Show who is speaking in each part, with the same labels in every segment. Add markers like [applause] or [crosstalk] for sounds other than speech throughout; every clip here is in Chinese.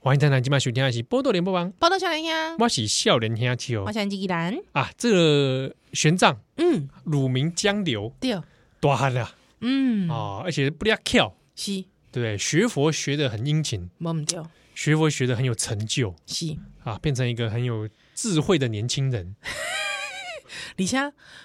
Speaker 1: 欢迎再来今晚收听的是《波多连播王》，
Speaker 2: 报道小人呀，
Speaker 1: 我是笑脸天气哦
Speaker 2: 我想依兰，
Speaker 1: 啊，这个玄奘
Speaker 2: 嗯，
Speaker 1: 乳名江流
Speaker 2: 对，
Speaker 1: 大汉了
Speaker 2: 嗯，
Speaker 1: 啊，而且不要跳，
Speaker 2: 是，
Speaker 1: 对不对？学佛学的很殷勤，
Speaker 2: 无毋对，，
Speaker 1: 学佛学的很有成就是啊，变成一个很有智慧的年轻人。
Speaker 2: 而且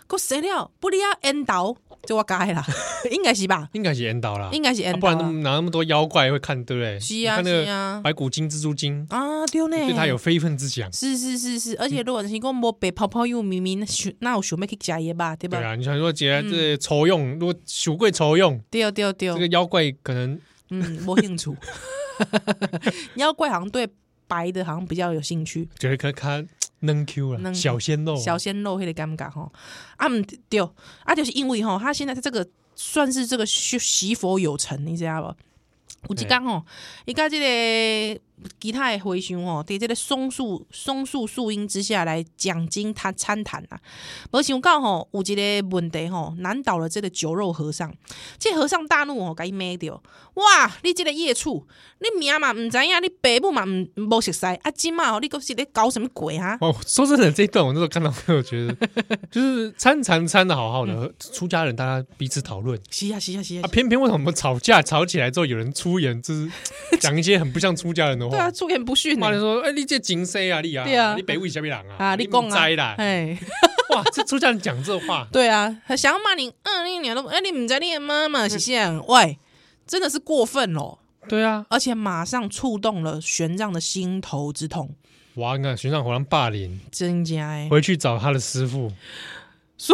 Speaker 2: 佫生了不离啊烟斗，这我
Speaker 1: [laughs]
Speaker 2: 改啦，应该是吧，
Speaker 1: 应该是 N 导啦，
Speaker 2: 应该是
Speaker 1: 啊
Speaker 2: 烟
Speaker 1: 不
Speaker 2: 斗
Speaker 1: 然
Speaker 2: 啦，
Speaker 1: 哪那么多妖怪会看，对不对？
Speaker 2: 是
Speaker 1: 你
Speaker 2: 啊
Speaker 1: 看那
Speaker 2: 是啊
Speaker 1: 个白骨精、蜘蛛精，
Speaker 2: 啊，对呢，
Speaker 1: 对他有嗯非分之想。
Speaker 2: 是是是是，而且如果是讲无白泡泡又明明想那有想要去食伊吧，对
Speaker 1: 对
Speaker 2: 吧？嗯
Speaker 1: 啊，你想说姐这仇用，如果鼠贵仇用，
Speaker 2: 对对对，
Speaker 1: 啊这个妖怪可能
Speaker 2: 嗯，无兴趣。 [laughs] 妖怪好像对白的，好像比较有兴趣，
Speaker 1: 觉得可看嫩 Q 了，
Speaker 2: 嫩
Speaker 1: 小鲜肉，啊
Speaker 2: 小鲜肉迄个尴尬吼。啊，毋对，啊，就是因为吼，他现在这个算是这个修习佛有成，你知道无？有一
Speaker 1: 嘿
Speaker 2: 工吼，伊甲即个其他的和尚吼，伫即个松树松树树荫之下来讲经谈参谈啊。无想到吼，有一个问题吼，难倒了这个酒肉和尚。这和尚大怒吼，甲伊骂着，哇！你即个夜畜，你名嘛毋知影，你爸母嘛毋无熟悉，啊，即嘛吼，你搁是咧搞什么鬼
Speaker 1: [laughs]
Speaker 2: 哈、啊？
Speaker 1: 哦，说真的，这一段我那时候看到，我觉
Speaker 2: [laughs]
Speaker 1: 得就是参禅参的好好
Speaker 2: 嗯
Speaker 1: 的，出家人大家彼此讨论
Speaker 2: 是啊，是啊，是啊
Speaker 1: 啊，，偏偏为什么吵架吵起来之后，有人出言就是
Speaker 2: [laughs]
Speaker 1: 讲一些很不像出家人的
Speaker 2: 对啊，
Speaker 1: 话，
Speaker 2: 出言不逊
Speaker 1: 骂人
Speaker 2: 欸
Speaker 1: 说：“哎，你这警谁啊？你啊，
Speaker 2: 对啊
Speaker 1: 你北魏小米狼啊，
Speaker 2: 啊！你讲
Speaker 1: 不
Speaker 2: 啊
Speaker 1: 知，啦，
Speaker 2: 哎，，
Speaker 1: 哇，这出家人讲这话
Speaker 2: [laughs] 对啊，想要骂你，嗯，你娘都，哎，你唔知你的妈妈是这样，喂，真的是过分咯，
Speaker 1: 对啊，
Speaker 2: 而且马上触动了玄奘的心头之痛，
Speaker 1: 哇，你看玄奘和尚霸凌，
Speaker 2: 真假哎，
Speaker 1: 回去找他的师傅，
Speaker 2: 叔，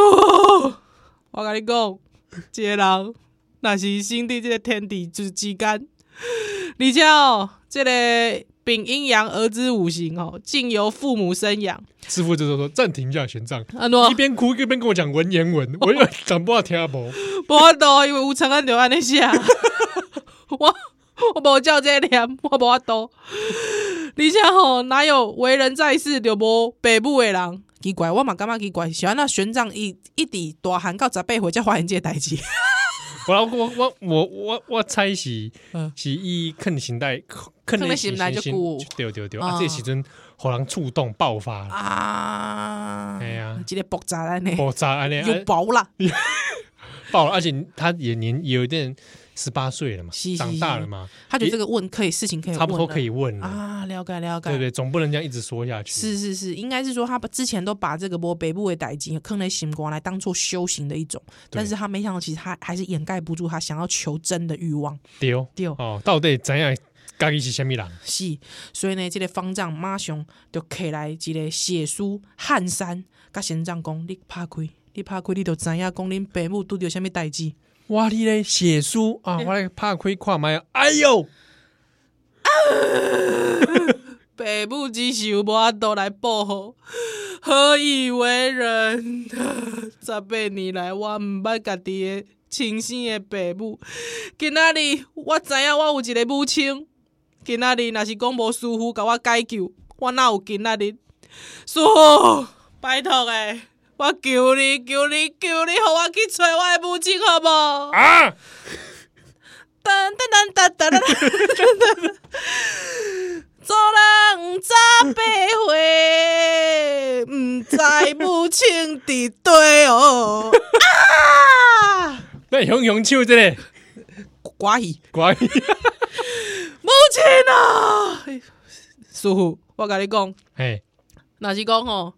Speaker 2: 我跟你讲，这个人那是心地这个天地之之间，而且哦，这个丙阴阳而知五行哦，尽由父母生养，
Speaker 1: 师傅就说说暂停一下玄奘，
Speaker 2: 安诺
Speaker 1: 一边哭一边跟我讲文言文，我又 [laughs] 讲不到听不懂，
Speaker 2: 无法度，因为有长安就安
Speaker 1: [laughs]
Speaker 2: 尼写，我我无照这个念，我无法度。而且吼，哪有为人在世就无爸母的人？奇怪，我嘛感觉奇怪，是安那玄奘伊一直大汉到十八岁才发现这个代志。
Speaker 1: 我老我我我我我猜是
Speaker 2: 嗯
Speaker 1: 是伊肯心态，肯
Speaker 2: 藏在心内就久
Speaker 1: 对对对，
Speaker 2: 哦
Speaker 1: 啊，这时阵互人触动爆发了，
Speaker 2: 啊！
Speaker 1: 哎呀
Speaker 2: 一个爆炸安尼，
Speaker 1: 爆炸安尼哎
Speaker 2: 有爆啦，
Speaker 1: 爆了，而且他也年也有一点十八岁了嘛
Speaker 2: 是是，
Speaker 1: 长大了嘛，
Speaker 2: 他觉得这个问可以，事情可以问
Speaker 1: 差不多
Speaker 2: 了
Speaker 1: 可以问了，
Speaker 2: 啊，了解了解，
Speaker 1: 对不对？总不能这样一直说下去，
Speaker 2: 是是是，应该是说他把之前都把这个摸北部的代金坑在心光来当做修行的一种，但是他没想到其实他还是掩盖不住他想要求真的欲望。
Speaker 1: 对哦
Speaker 2: 对
Speaker 1: 哦，到底怎样？家己是虾米人？
Speaker 2: 是，所以呢，这个方丈马上就起来一个写书汉山，甲玄奘讲，你拍开，你拍开，你就知影讲恁爸母拄着什么代志。
Speaker 1: 哇！你咧写书啊，我咧拍开看麦啊！哎呦，
Speaker 2: 爸母之仇，无法度来报复，何以为人？呃十八年来，我毋捌家己的亲生的爸母。今仔日我知影我有一个母亲，今仔日若是讲无师傅甲我解救，我哪有今仔日？师傅，拜托诶，我求你，求你，求你，互我去找我的母亲，好无？
Speaker 1: 啊！
Speaker 2: 噔噔噔噔噔噔噔，做人早八岁，毋知母亲伫地哦。啊！
Speaker 1: 那熊熊手这个
Speaker 2: 寡义，
Speaker 1: 乖，
Speaker 2: 母亲啊！师傅，我甲你讲，
Speaker 1: 哎，
Speaker 2: 若是讲吼，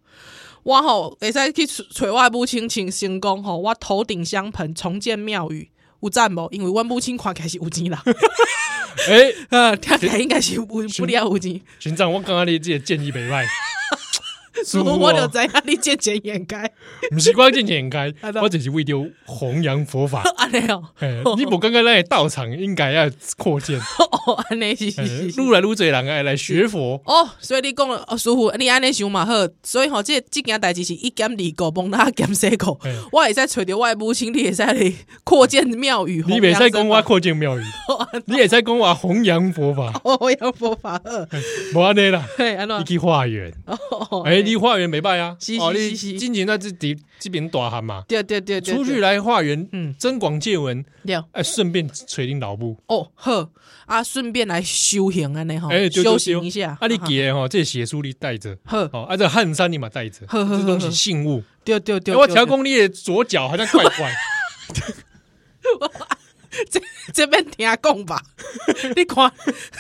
Speaker 2: 我吼会使去找我的母亲，请成功吼，我头顶香盆重建庙宇，有赞无？因为阮母亲看起来是有钱人，
Speaker 1: 哎，
Speaker 2: 呃，听起来应该是有不了有钱。
Speaker 1: 寻长，我刚刚你这个建议袂
Speaker 2: [laughs]
Speaker 1: 歹，
Speaker 2: 所以 [laughs] 我就知影你这钱掩盖，
Speaker 1: 哦不是关键掩
Speaker 2: [laughs]
Speaker 1: 开
Speaker 2: 啊，对。
Speaker 1: 我只是为了弘扬佛法
Speaker 2: [laughs] [laughs] 安尼哦，
Speaker 1: 哎，你不刚刚那个道场应该要扩
Speaker 2: [laughs]
Speaker 1: 建，
Speaker 2: 哦
Speaker 1: [laughs]
Speaker 2: 安尼是
Speaker 1: 哎
Speaker 2: 是是是。。
Speaker 1: 愈来愈多人爱来学佛
Speaker 2: [laughs] 哦，所以你讲了，哦，师傅，你安尼想嘛好，所以吼、这这件代志是一减二个，帮他减三个
Speaker 1: 嘿。
Speaker 2: 我会使找着我的母亲，你会使来扩建庙宇。
Speaker 1: 你袂使讲我扩建庙宇，你也使讲我弘扬佛法，
Speaker 2: [laughs] 弘扬佛哦法好，
Speaker 1: 无安尼
Speaker 2: [laughs]
Speaker 1: 啦。
Speaker 2: 嘿，安怎
Speaker 1: 你？去化缘，
Speaker 2: [laughs] 哦
Speaker 1: 哎，你化缘袂歹啊
Speaker 2: 是。
Speaker 1: 哦，
Speaker 2: 是
Speaker 1: 你
Speaker 2: 是是
Speaker 1: 今年那这底这边大汉嘛，
Speaker 2: 对对对对，
Speaker 1: 出去
Speaker 2: 了，
Speaker 1: 来化缘，
Speaker 2: 嗯，
Speaker 1: 增广见闻，
Speaker 2: 对，
Speaker 1: 哎，顺便锤定老母，
Speaker 2: 哦好，啊，顺便来修行安尼吼
Speaker 1: 哎，，对
Speaker 2: 哦修行一下，
Speaker 1: 啊，你
Speaker 2: 哈哈
Speaker 1: 记得吼，这写书你带着，
Speaker 2: 好，
Speaker 1: 哦，啊，这汗衫你嘛带着，
Speaker 2: 呵呵呵
Speaker 1: 这东西
Speaker 2: 呵
Speaker 1: 信物。
Speaker 2: 对对对，
Speaker 1: 哎我
Speaker 2: 对
Speaker 1: 调
Speaker 2: 对
Speaker 1: 工你的左脚好像怪怪，
Speaker 2: [laughs] 这边听讲吧。 [laughs] 你看，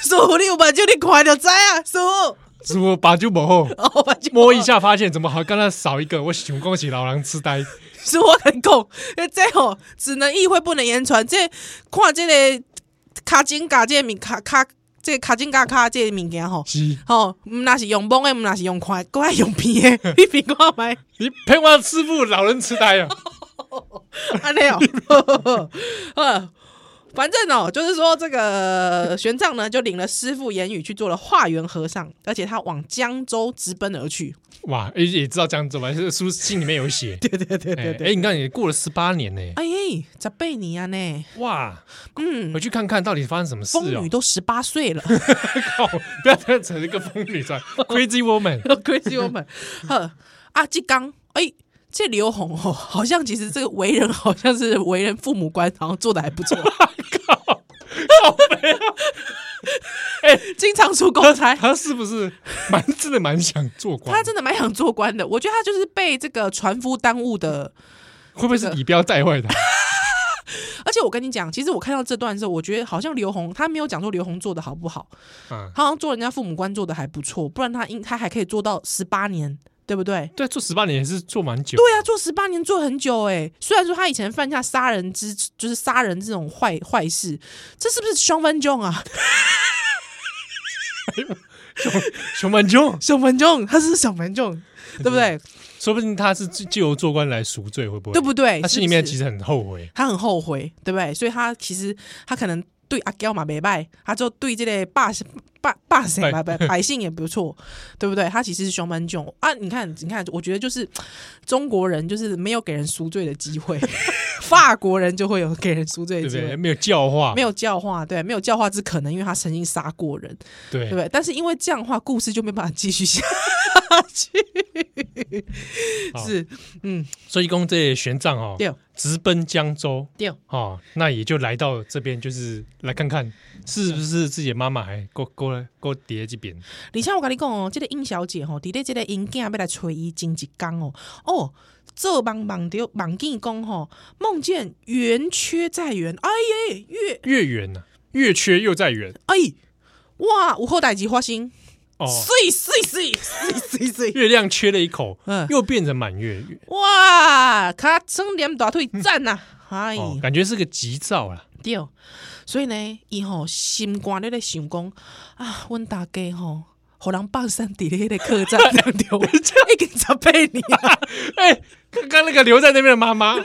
Speaker 2: 师傅，你有目睭，你看就知啊，师傅。
Speaker 1: 是不把就不好？
Speaker 2: 哦，目睭
Speaker 1: 摸一，下发现怎么好，刚才少一个，我想恭喜老狼痴呆。
Speaker 2: 师傅我跟你讲，这吼、只能意会不能言传。这看这个卡金卡这个物卡卡这卡金卡卡这个物件吼，
Speaker 1: 是，
Speaker 2: 吼，毋那是用摸的，毋那是用看的，搁爱用
Speaker 1: [laughs]
Speaker 2: 鼻的，你鼻看麦，
Speaker 1: 你陪我师傅老人痴
Speaker 2: [laughs]
Speaker 1: 呆啊？
Speaker 2: 安尼哦， [laughs] 呃。反正哦，就是说这个玄奘呢，就领了师傅言语去做了化缘和尚，而且他往江州直奔而去。
Speaker 1: 哇，也也知道这样子吧？这书信里面有
Speaker 2: [laughs]
Speaker 1: 写。对对对对对。哎，你看也过了十八年呢，
Speaker 2: 哎，十八年啊呢，
Speaker 1: 哇，
Speaker 2: 嗯，
Speaker 1: 回去看看到底发生什么事
Speaker 2: 疯
Speaker 1: 哦
Speaker 2: 女。都十八岁了
Speaker 1: 靠，不要再扯一个疯女
Speaker 2: [laughs]
Speaker 1: 传 [laughs] ，Crazy Woman。
Speaker 2: ，Crazy Woman，呵啊，这刚哎。这刘宏哦，好像其实这个为人好像是为人父母官，好像做的还不错，
Speaker 1: [laughs] 靠，啊
Speaker 2: [laughs]
Speaker 1: 哎
Speaker 2: 经常出公差。
Speaker 1: 他是不是蛮真的蛮想做官？
Speaker 2: 他真的蛮想做官的，我觉得他就是被这个船夫耽误的。
Speaker 1: 会不会是以标带坏的？
Speaker 2: 而且我跟你讲，其实我看到这段的时候，我觉得好像刘宏他没有讲说刘宏做的好不好，
Speaker 1: 啊，
Speaker 2: 他好像做人家父母官做的还不错，不然他应他还可以做到十八年，对不对？
Speaker 1: 对，做十八年也是做蛮久。
Speaker 2: 对啊，做十八年做很久哎、虽然说他以前犯下杀人之，就是杀人这种坏坏事，这是不是熊文仲
Speaker 1: [laughs]
Speaker 2: 啊？
Speaker 1: 熊本中，
Speaker 2: 熊文仲，他是熊
Speaker 1: [laughs]
Speaker 2: 文仲，对不对？
Speaker 1: 说不定他是借由做官来赎罪，会不会？
Speaker 2: 对不对？
Speaker 1: 他心里面
Speaker 2: 是不是
Speaker 1: 其实很后悔。
Speaker 2: 他很后悔，对不对？所以他其实他可能对阿娇嘛没拜，他就对这类霸霸霸谁嘛百百姓也不错，对不对？他其实是熊蛮囧啊！你看，你看，我觉得就是中国人就是没有给人赎罪的机会， [laughs] 法国人就会有给人赎
Speaker 1: 对
Speaker 2: 罪的
Speaker 1: 不
Speaker 2: 机
Speaker 1: 对？
Speaker 2: 会。
Speaker 1: 没有教化，
Speaker 2: 没有教化，对，没有教化之可能，因为他曾经杀过人，
Speaker 1: 对
Speaker 2: 对不对？但是因为这样的话，故事就没办法继续下去。
Speaker 1: 好
Speaker 2: 是
Speaker 1: 所以公这玄奘哦
Speaker 2: 对，
Speaker 1: 直奔江州
Speaker 2: 对，
Speaker 1: 哦，那也就来到这边，就是来看看是不是自己的妈妈还勾勾来勾叠这边。
Speaker 2: 而且我跟你讲哦，这个殷小姐吼、伫咧这个因囝要来催伊前一工哦，哦，做梦梦到梦见讲吼，梦见圆缺在圆，哎耶，月
Speaker 1: 越远呢、越缺又在远
Speaker 2: 哎，哇，有好代志发生，
Speaker 1: 哦，
Speaker 2: 水水水水水水，
Speaker 1: 月亮缺了一口，
Speaker 2: 嗯
Speaker 1: 又变成满月，
Speaker 2: 哇，卡撑两大腿
Speaker 1: [laughs]
Speaker 2: 赞呐、哎，
Speaker 1: 哦，感觉是个吉兆啦。
Speaker 2: 对，所以呢，伊吼、心肝咧咧想讲啊，阮大家吼、互人放生伫咧迄个
Speaker 1: [laughs]
Speaker 2: 客栈上头，已经十八年啊。
Speaker 1: 哎、刚刚那个留在那边的妈妈，
Speaker 2: 那个妈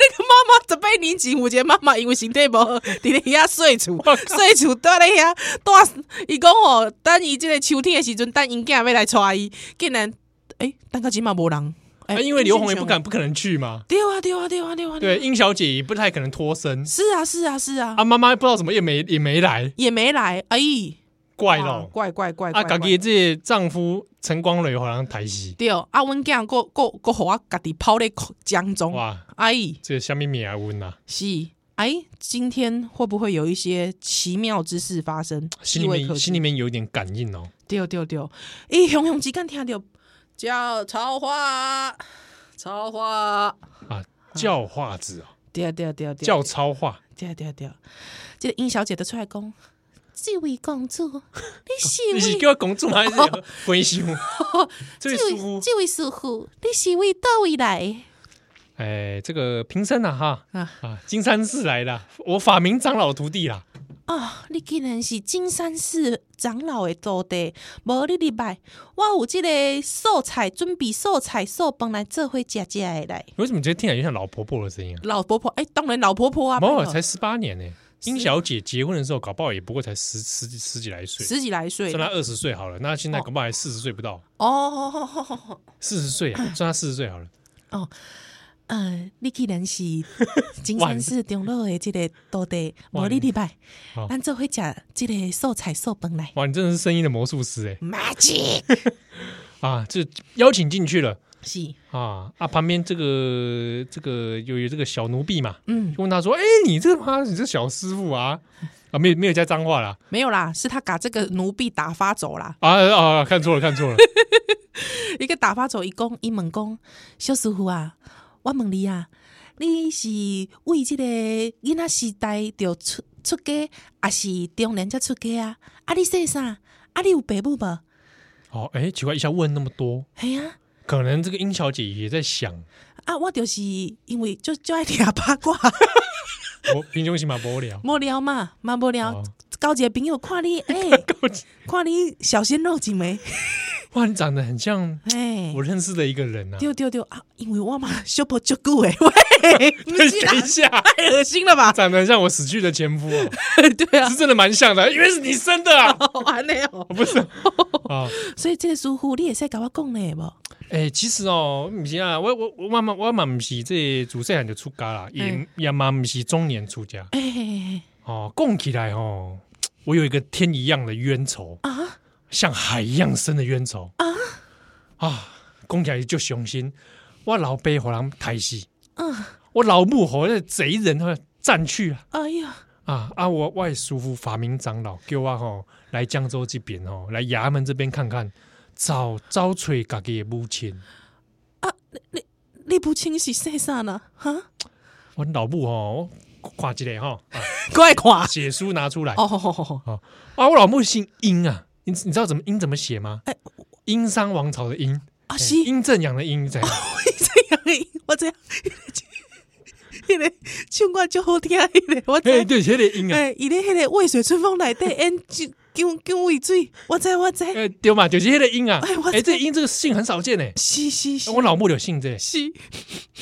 Speaker 2: 妈十八年前，有一个妈妈因为身体无好，伫咧遐睡
Speaker 1: [laughs]
Speaker 2: 厝，睡厝住咧遐，住伊讲吼，等伊即个秋天的时阵，等因囝要来娶伊，竟然诶，等到即嘛无人，诶
Speaker 1: 啊因为刘红也不敢，，不可能去嘛。
Speaker 2: 对啊，对啊，对啊，对啊，
Speaker 1: 对，
Speaker 2: 啊，
Speaker 1: 殷小姐也不太可能脱身
Speaker 2: 是啊，是啊，是啊，
Speaker 1: 啊，妈妈不知道怎么也没也没来，
Speaker 2: 也没来，哎，
Speaker 1: 怪
Speaker 2: 哇
Speaker 1: 咯。
Speaker 2: 怪怪哦怪，
Speaker 1: 啊，家
Speaker 2: 怪
Speaker 1: 己的这个丈夫陈光磊好像台戏，
Speaker 2: 对，啊，阮囝个个个互我家己泡咧江中，
Speaker 1: 哇，
Speaker 2: 哎。
Speaker 1: 这个虾米米啊温呐，
Speaker 2: 是，哎，今天会不会有一些奇妙之事发生？
Speaker 1: 心里
Speaker 2: 一未可
Speaker 1: 面
Speaker 2: 知
Speaker 1: 心里面有一点感应哦。
Speaker 2: 对对对，诶，熊熊之间听到叫草花，草花，
Speaker 1: 啊，教化子哦，
Speaker 2: 对对对对，
Speaker 1: 教超化，
Speaker 2: 对对对，这个殷小姐就出来讲，这位公主，
Speaker 1: [laughs] 你
Speaker 2: 你
Speaker 1: 是
Speaker 2: 是
Speaker 1: 给
Speaker 2: 位
Speaker 1: 我拱住还是分
Speaker 2: [laughs]
Speaker 1: 修？这位
Speaker 2: 哦这
Speaker 1: 师
Speaker 2: 位
Speaker 1: 傅，
Speaker 2: 这位师傅，你是位到位来
Speaker 1: 哎，这个平生啊哈
Speaker 2: 啊
Speaker 1: 啊，金山寺来的，我法名长老徒弟啦，
Speaker 2: 啊、你竟然是金山寺长老的徒弟，无你礼拜，我有这个素菜准备素菜素饭来做伙食食的来。
Speaker 1: 为什么觉得听起来有像老婆婆的声音啊？
Speaker 2: 老婆婆，哎、当然老婆婆啊，
Speaker 1: 毛
Speaker 2: 朋
Speaker 1: 尔
Speaker 2: 友
Speaker 1: 才十八年呢，殷小姐结婚的时候，搞不好也不过才十十几十几来岁，
Speaker 2: 十几来岁
Speaker 1: 算她二十岁好了，那现在搞不好还四十岁不到，
Speaker 2: 哦，
Speaker 1: 四十岁啊，算她四十岁好了。
Speaker 2: 呃，你既然
Speaker 1: [laughs]
Speaker 2: 是金山寺长老的这个徒弟，
Speaker 1: 哇
Speaker 2: 无你礼拜
Speaker 1: 好，
Speaker 2: 咱做伙食这个素菜素饭来
Speaker 1: 哇，你真的是声音的魔术师哎！
Speaker 2: ，magic
Speaker 1: 啊，这邀请进去了，
Speaker 2: [laughs] 是，
Speaker 1: 啊啊！旁边这个这个有有这个小奴婢嘛，
Speaker 2: 嗯，
Speaker 1: 就问他说：“哎、你这妈，你这小师傅啊啊，没有没有加脏话啦
Speaker 2: 没有啦，是他把这个奴婢打发走啦。
Speaker 1: 啊啊，看错了看错
Speaker 2: [laughs]
Speaker 1: 了，
Speaker 2: 一个打发走伊讲，伊问讲，小师傅啊，我问你啊，你是为即个囡仔时代就出出家，还是中年才出家啊？啊，你说啥？啊，你有爸母无？
Speaker 1: 哦，哎、奇怪，一下问那么多，
Speaker 2: 嘿啊，
Speaker 1: 可能这个殷小姐也在想，
Speaker 2: 啊，我就是因为就就爱听八卦，，
Speaker 1: 我平胸起码不聊
Speaker 2: [laughs] 无聊嘛，嘛无聊
Speaker 1: 哦，
Speaker 2: 交一个朋友
Speaker 1: [laughs]
Speaker 2: 看你，诶、看你小鲜肉一枚，
Speaker 1: 哇，你长得很像
Speaker 2: 诶、
Speaker 1: 我认识的一个人啊！ [laughs]
Speaker 2: 对对对啊，因为我嘛小波足久诶， [laughs]
Speaker 1: [laughs]
Speaker 2: 喂，不
Speaker 1: 等
Speaker 2: 是
Speaker 1: 一
Speaker 2: 啦，
Speaker 1: 下，
Speaker 2: 太恶心了吧？
Speaker 1: 长得很像我死去的前夫、
Speaker 2: [laughs]
Speaker 1: 哦，
Speaker 2: 对啊，
Speaker 1: 是真的蛮像的，因为是你生的啊！
Speaker 2: 好安尼哦。
Speaker 1: 不是啊，
Speaker 2: 所以这个师傅，你也使甲我讲呢无？
Speaker 1: 哎、其实哦，不是啊，我我我妈妈我妈不是这主细汉就出家啦，也
Speaker 2: 嗯
Speaker 1: 也妈不是中年出家
Speaker 2: 哎、欸、
Speaker 1: 哦。供起来哦，我有一个天一样的冤仇，
Speaker 2: 啊
Speaker 1: 像海一样深的冤仇啊啊！供起来就雄心，我老爸和人抬死，
Speaker 2: 嗯，
Speaker 1: 我老母和那贼人和占去啊
Speaker 2: 哎呀，
Speaker 1: 啊啊！我外叔父法明长老叫我吼、来江州这边吼、来衙门这边看看，找找找家己的母亲。
Speaker 2: 你不清是说啥呢？哈，
Speaker 1: 我老母哦，我看一下哈、啊
Speaker 2: 快看
Speaker 1: 写书拿出来啊！
Speaker 2: 哦！
Speaker 1: 我老母姓殷啊，你你知道怎么殷怎么写吗？
Speaker 2: 哎
Speaker 1: 殷商王朝的殷，
Speaker 2: 啊
Speaker 1: 哎
Speaker 2: 是，
Speaker 1: 殷正阳的殷，这样
Speaker 2: 你这样的，我这样， [laughs] 迄个唱歌就好听，迄个我
Speaker 1: 哎
Speaker 2: 知。
Speaker 1: 对，写的殷啊，
Speaker 2: 哎，伊咧迄个《渭水春风》
Speaker 1: [laughs]
Speaker 2: 内底演就姜姜渭水，我知我知，
Speaker 1: 哎对嘛，就是写的殷啊
Speaker 2: 哎我，
Speaker 1: 哎这殷这个姓很少见哎，
Speaker 2: 是是是
Speaker 1: 我老母有姓这个
Speaker 2: 是，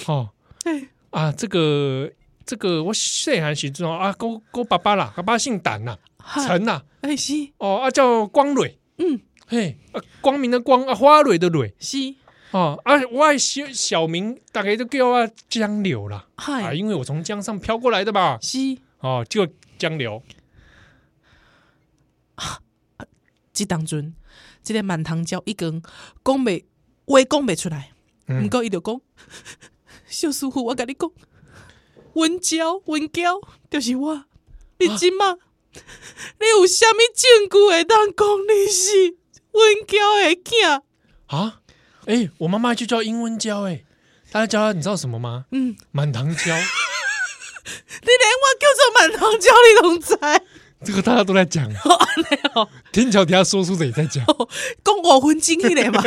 Speaker 1: 哦
Speaker 2: 哎
Speaker 1: 啊这个这个我细汉时阵啊，我我爸爸啦，爸爸姓胆呐，
Speaker 2: 哈
Speaker 1: 陈呐，
Speaker 2: 哎是
Speaker 1: 啊哦啊叫光蕊，
Speaker 2: 嗯
Speaker 1: 嘿啊光明的光啊花蕊的蕊。
Speaker 2: 是，
Speaker 1: 哦，啊，我的小小名大概都叫我江流啦，啊，
Speaker 2: 嗨
Speaker 1: 因为我从江上飘过来的吧，
Speaker 2: 是一
Speaker 1: 哦，就江流，
Speaker 2: 当阵，即个满堂娇一根讲袂话讲袂出来。毋
Speaker 1: 嗯，
Speaker 2: 过伊就讲， [laughs] 小师傅，我甲你讲，文娇文娇就是我，你即
Speaker 1: [gasps]
Speaker 2: 马、你有啥物证据会当讲你是文娇的囝？
Speaker 1: 啊，哎、我妈妈就叫英文娇，哎，大家叫她，你知道什么吗？
Speaker 2: 嗯，
Speaker 1: 满堂娇，
Speaker 2: 你连我叫做满堂娇你拢知，
Speaker 1: 这个大家都在
Speaker 2: [laughs]
Speaker 1: 讲，
Speaker 2: 哦
Speaker 1: 天桥底下说书的也在讲，
Speaker 2: 讲五分钟迄个嘛，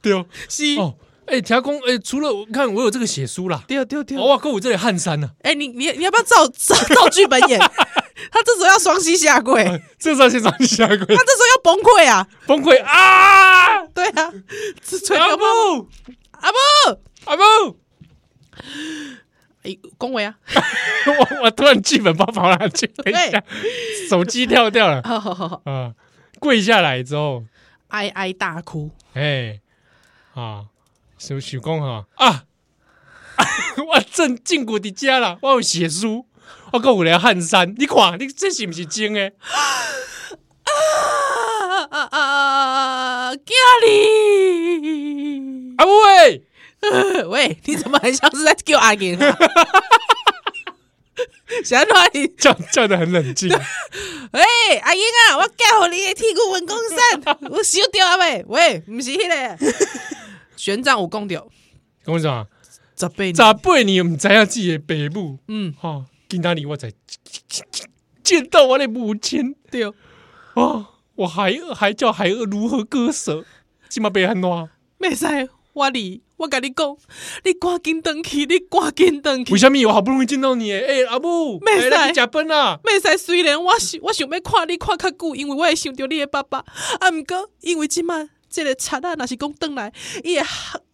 Speaker 1: 对哦，
Speaker 2: 是，
Speaker 1: 哦，哎、条公，哎、除了我看我有这个写书啦，
Speaker 2: 对对对，哎、
Speaker 1: 哦，哇，跟我这里汉山呢、
Speaker 2: 你你你要不要照照照剧本演？他这时候要双膝下跪，
Speaker 1: 啊
Speaker 2: 他，
Speaker 1: [laughs] 这是要先上下跪，
Speaker 2: 这时候要崩溃啊！
Speaker 1: 崩溃啊，
Speaker 2: 对啊，只 [laughs] 吹
Speaker 1: 阿
Speaker 2: 阿布
Speaker 1: 布，
Speaker 2: 阿布，
Speaker 1: 阿布。
Speaker 2: 哎，恭维啊！
Speaker 1: [laughs] 我我突然剧本包跑哪去？等一下，手机跳掉了
Speaker 2: 好好好好，
Speaker 1: 啊！跪下来之后，
Speaker 2: 哀哀大哭。
Speaker 1: 哎啊，许许公哈啊， [laughs] 我正进骨的家啦，我有写书，我跟有来汉山，你看你这是不是真的？
Speaker 2: 啊啊啊啊！啊！你！
Speaker 1: 啊喂，
Speaker 2: 喂，你怎么很像是在叫阿金啊？想到你，
Speaker 1: 叫叫的很冷静，
Speaker 2: 喂，阿英啊，我教你的铁骨文公扇， [laughs] 我收掉啊喂，喂，不是迄、个，玄奘武功掉，
Speaker 1: 跟我讲，
Speaker 2: 十倍，
Speaker 1: 咋八你唔知影自己的北母
Speaker 2: 嗯，
Speaker 1: 哈，今哪里我才见到我的母亲。
Speaker 2: 对，
Speaker 1: 哦，我还饿还叫海鳄如何割舍？起码被啊安诺，
Speaker 2: 袂使，我你，我跟你讲，你赶紧回去，你赶紧回去
Speaker 1: 为。什么我好不容易见到你？哎、阿母，哎
Speaker 2: 没事
Speaker 1: 来你假奔啦！
Speaker 2: 袂使，虽然我想我想要看你看较久，因为我会想到你的爸爸，啊，毋过因为即摆即个贼啊，若是讲倒来，伊会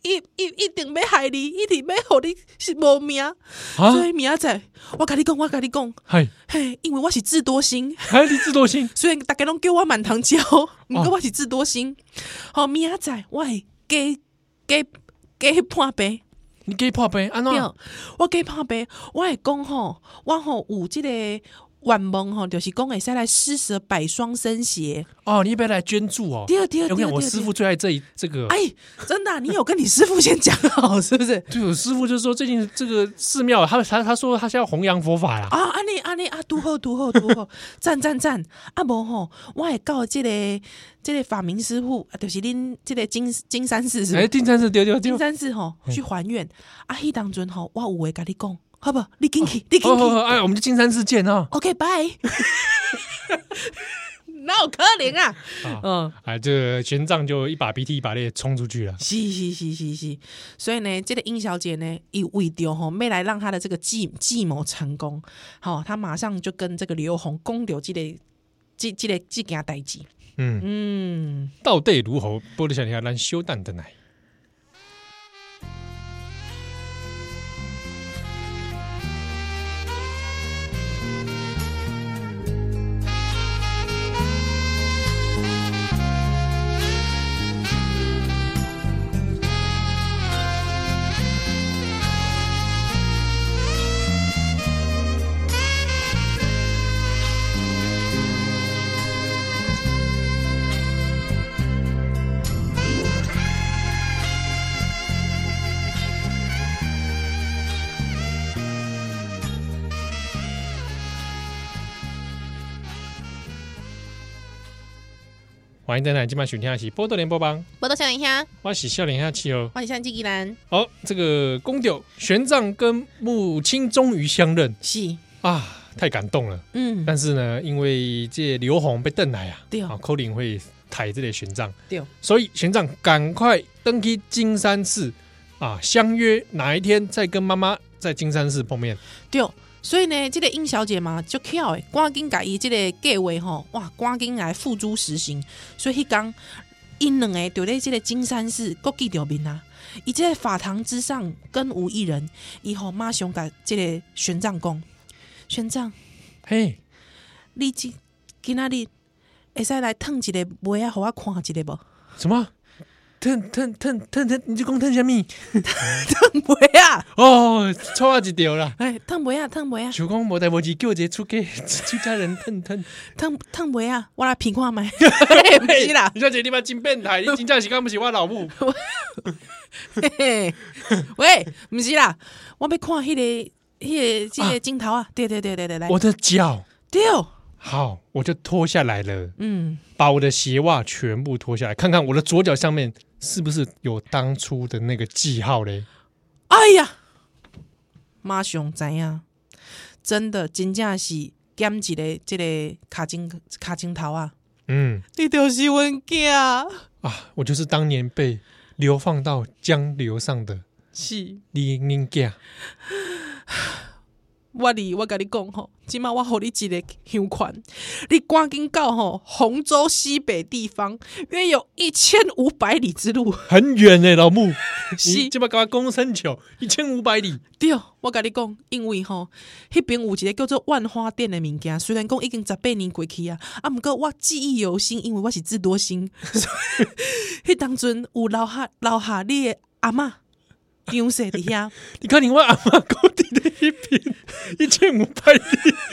Speaker 2: 伊伊一定要害你，一定要互你是无命。
Speaker 1: 啊，
Speaker 2: [laughs] 所以明仔载，我甲你讲，我甲你讲，
Speaker 1: 嗨，
Speaker 2: 嘿，因为我是智多星，
Speaker 1: 还哎你智多星
Speaker 2: 虽然大家拢叫我满堂娇，
Speaker 1: 哦
Speaker 2: 毋过我是智多星。好、明仔载我会加加加破病。
Speaker 1: 你给破杯安啊
Speaker 2: 对
Speaker 1: 诺，
Speaker 2: 我加拍白，我会讲吼，我吼有即、个愿望吼，就是讲会使来施舍百双生鞋。
Speaker 1: 哦，你别来捐助哦。
Speaker 2: 第二，第二，
Speaker 1: 我跟
Speaker 2: 第
Speaker 1: 你
Speaker 2: 二，
Speaker 1: 讲，我师傅最爱这一这个。
Speaker 2: 哎，真的啊、你有跟你师傅先讲好 [laughs] 是不是？
Speaker 1: 对，我师傅就说最近这个寺庙，他他他说他是要弘扬佛法啦。
Speaker 2: 啊，安尼安尼啊，拄好拄好拄好， [laughs] 赞赞赞！啊无吼，我会到即、个即、个法明师傅，啊，就是恁即个金金山寺是不
Speaker 1: 哎，
Speaker 2: 是
Speaker 1: 定山寺丢丢
Speaker 2: 金
Speaker 1: 丢。
Speaker 2: 山寺吼去还愿。啊，迄当阵吼，我有话甲你讲，好无？你进去，你
Speaker 1: 哦
Speaker 2: 进去
Speaker 1: 哦，哦哎，我们就金山寺见啊。
Speaker 2: OK，拜。 [laughs] 哪有可能啊？嗯，
Speaker 1: 哎，这个玄奘就一把鼻涕一把泪冲出去了。
Speaker 2: 是是是是是，所以呢，这个殷小姐呢，以为丢吼，没来让她的这个计计谋成功，好、她马上就跟这个刘红公掉这个这这个这件代志。
Speaker 1: 嗯，
Speaker 2: 嗯，
Speaker 1: 到底如何？波多小天咱修蛋的奶。欢迎蛋奶，今晚收听的是波多连播帮，
Speaker 2: 我都想一下，
Speaker 1: 我是笑脸下气哦。
Speaker 2: 我想这依兰
Speaker 1: 好，这个公丢玄奘跟母亲终于相认
Speaker 2: 是，
Speaker 1: 啊，太感动了。
Speaker 2: 嗯，
Speaker 1: 但是呢，因为这刘宏被邓来啊，
Speaker 2: 对哦
Speaker 1: 啊，扣林会抬这类玄奘，
Speaker 2: 对，
Speaker 1: 所以玄奘赶快登去金山寺啊，相约哪一天再跟妈妈在金山寺碰面。
Speaker 2: 对，所以呢，这个殷小姐嘛，就巧诶，赶紧甲伊这个计划吼，哇，赶紧来付诸实行。所以迄天因两个就咧这个金山寺各记着面啊，伊这个法堂之上跟无一人，伊吼马上甲这个玄奘讲，玄奘，
Speaker 1: 嘿，
Speaker 2: 你今今仔日会使来烫一个梅啊，互我看一个无？
Speaker 1: 什么？腾腾腾腾腾，你就讲腾什么？
Speaker 2: 梅啊，
Speaker 1: 哦，错啊一条啦。
Speaker 2: 哎，烫梅啊，烫梅啊，
Speaker 1: 想讲无代无志，叫一个出家出家人腾腾，
Speaker 2: 烫烫梅啊，我来评看卖， [laughs] 嘿不是啦
Speaker 1: 你，说这你妈真变态，你真正是敢不是我老
Speaker 2: [laughs]
Speaker 1: 母？
Speaker 2: 嘿嘿， [laughs] 喂，毋是啦，我要看迄、个、迄、个、即、
Speaker 1: 啊
Speaker 2: 个镜头啊！对对对对对，来，
Speaker 1: 我的脚
Speaker 2: 对，
Speaker 1: 好，我就脱下来了。
Speaker 2: 嗯，
Speaker 1: 把我的鞋袜全部脱下来，看看我的左脚上面是不是有当初的那个记号嘞？
Speaker 2: 哎呀，马上知影，真的真正是减一个即个卡镜卡镜头啊！
Speaker 1: 嗯
Speaker 2: 你就是阮囝，
Speaker 1: 啊，我就是当年被流放到江流上的
Speaker 2: 是，
Speaker 1: 李宁家。
Speaker 2: 我哩我甲你讲吼，即马我互你一个香款，你赶紧到吼洪州西北地方，约有一千五百里之路。
Speaker 1: 很远呢、老木，
Speaker 2: [laughs] 是
Speaker 1: 你这把搞公升球一千五百里，
Speaker 2: 对，我甲你讲，因为吼，迄边有一个叫做万花店的物件，虽然讲已经十八年过去啊，啊，毋过我记忆犹新，因为我是智多星，所
Speaker 1: [laughs]
Speaker 2: 以迄当阵有留下留下你的阿嬷张氏伫遐，
Speaker 1: [laughs] 你看你我阿妈高地的一边一千五
Speaker 2: [laughs]
Speaker 1: 百里，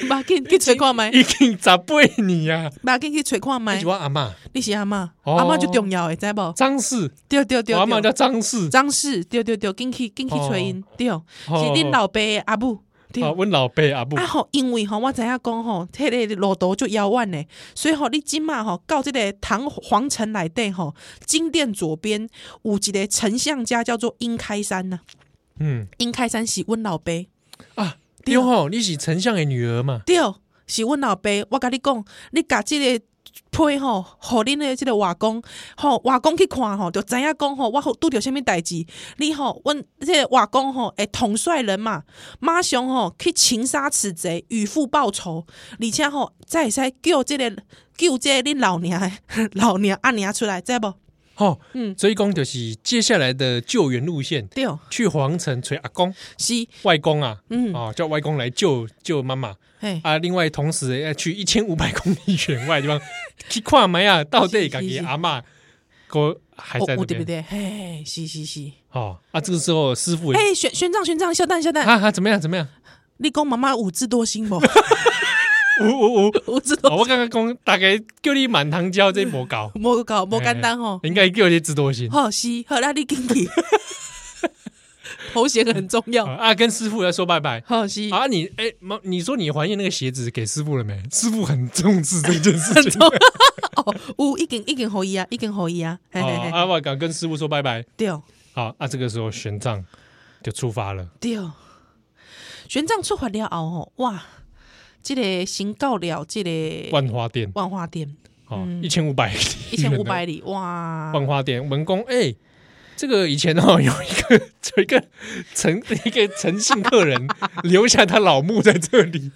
Speaker 2: 马紧去找看麦，
Speaker 1: 已经十八年啊！
Speaker 2: 马紧去找看
Speaker 1: 那
Speaker 2: 麦
Speaker 1: 是，我阿妈
Speaker 2: 你是阿嬷，
Speaker 1: 哦
Speaker 2: 阿嬷最重要诶，知无？
Speaker 1: 张氏，
Speaker 2: 对对
Speaker 1: 我
Speaker 2: 对
Speaker 1: 阿哦妈叫
Speaker 2: 对，
Speaker 1: 张氏，
Speaker 2: 张氏，对对对，紧去紧去找因，对，是
Speaker 1: 哦
Speaker 2: 恁老爸的阿母，对。
Speaker 1: 啊，阮老爸阿母
Speaker 2: 啊吼，因为吼，我知影讲吼，迄、个路途就遥远嘞，所以吼，你即马吼到即个唐皇城内底吼，金殿左边有一个丞相家叫做殷开山呐、
Speaker 1: 嗯
Speaker 2: 殷开山是阮老爸，
Speaker 1: 啊，
Speaker 2: 对
Speaker 1: 对吼，你是丞相的女儿嘛？
Speaker 2: 对，是阮老爸。我甲你讲，你甲即个批吼，互恁的即个外公吼，外公去看吼，就知影讲吼，我拄着什物代志，你吼，阮即个外公吼，会统帅人嘛，马上吼去擒杀此贼，与父报仇，而且吼，再会使救即、个救即个恁老娘的老娘阿娘出来，知无？
Speaker 1: 哦，
Speaker 2: 嗯
Speaker 1: 所以讲就是接下来的救援路线，
Speaker 2: 对，
Speaker 1: 去皇城找阿公、
Speaker 2: 是，
Speaker 1: 外公啊，
Speaker 2: 嗯，
Speaker 1: 哦，叫外公来救救妈妈
Speaker 2: 嘿，
Speaker 1: 啊。另外，同时要去一千五百公里远外的地 [laughs] 方去看埋啊，到底感
Speaker 2: 是
Speaker 1: 觉
Speaker 2: 是
Speaker 1: 阿妈哥还
Speaker 2: 哦
Speaker 1: 在那
Speaker 2: 有对不
Speaker 1: 边
Speaker 2: 对？嘿，是是是，
Speaker 1: 哦啊。这个时候师傅也
Speaker 2: 嘿，玄玄奘玄奘，小蛋小蛋，
Speaker 1: 啊啊怎么样怎么样？
Speaker 2: 你讲妈妈有智多星无？
Speaker 1: 呜呜呜！
Speaker 2: 有这
Speaker 1: 哦
Speaker 2: 种
Speaker 1: 我刚刚讲大概叫你满堂教这无 [laughs] 搞，
Speaker 2: 无搞无简单吼。
Speaker 1: 应该叫你智多星。
Speaker 2: 好是好，那你进去，头衔很重要。
Speaker 1: 啊，跟师傅来说拜拜。
Speaker 2: 好是
Speaker 1: 啊，你哎，妈你说你还原那个鞋子给师傅了没？师傅很重视这件事情。
Speaker 2: [laughs] 哦，有已经已经可以啊，已经可以啊。嘿
Speaker 1: 哦
Speaker 2: 嘿嘿，
Speaker 1: 啊，我敢跟师傅说拜拜。
Speaker 2: 对
Speaker 1: 好，啊，这个时候玄奘就出发了。
Speaker 2: 对，玄奘出发了后吼，哇，这个行到了这个
Speaker 1: 万花殿，
Speaker 2: 万花殿，
Speaker 1: 哦，一千五百，
Speaker 2: 嗯一千五百里，哇，
Speaker 1: [laughs] 万花殿文公，哎、这个以前哦，有一个有一个诚一个诚信客
Speaker 2: [laughs]
Speaker 1: 人留下他老墓在这里。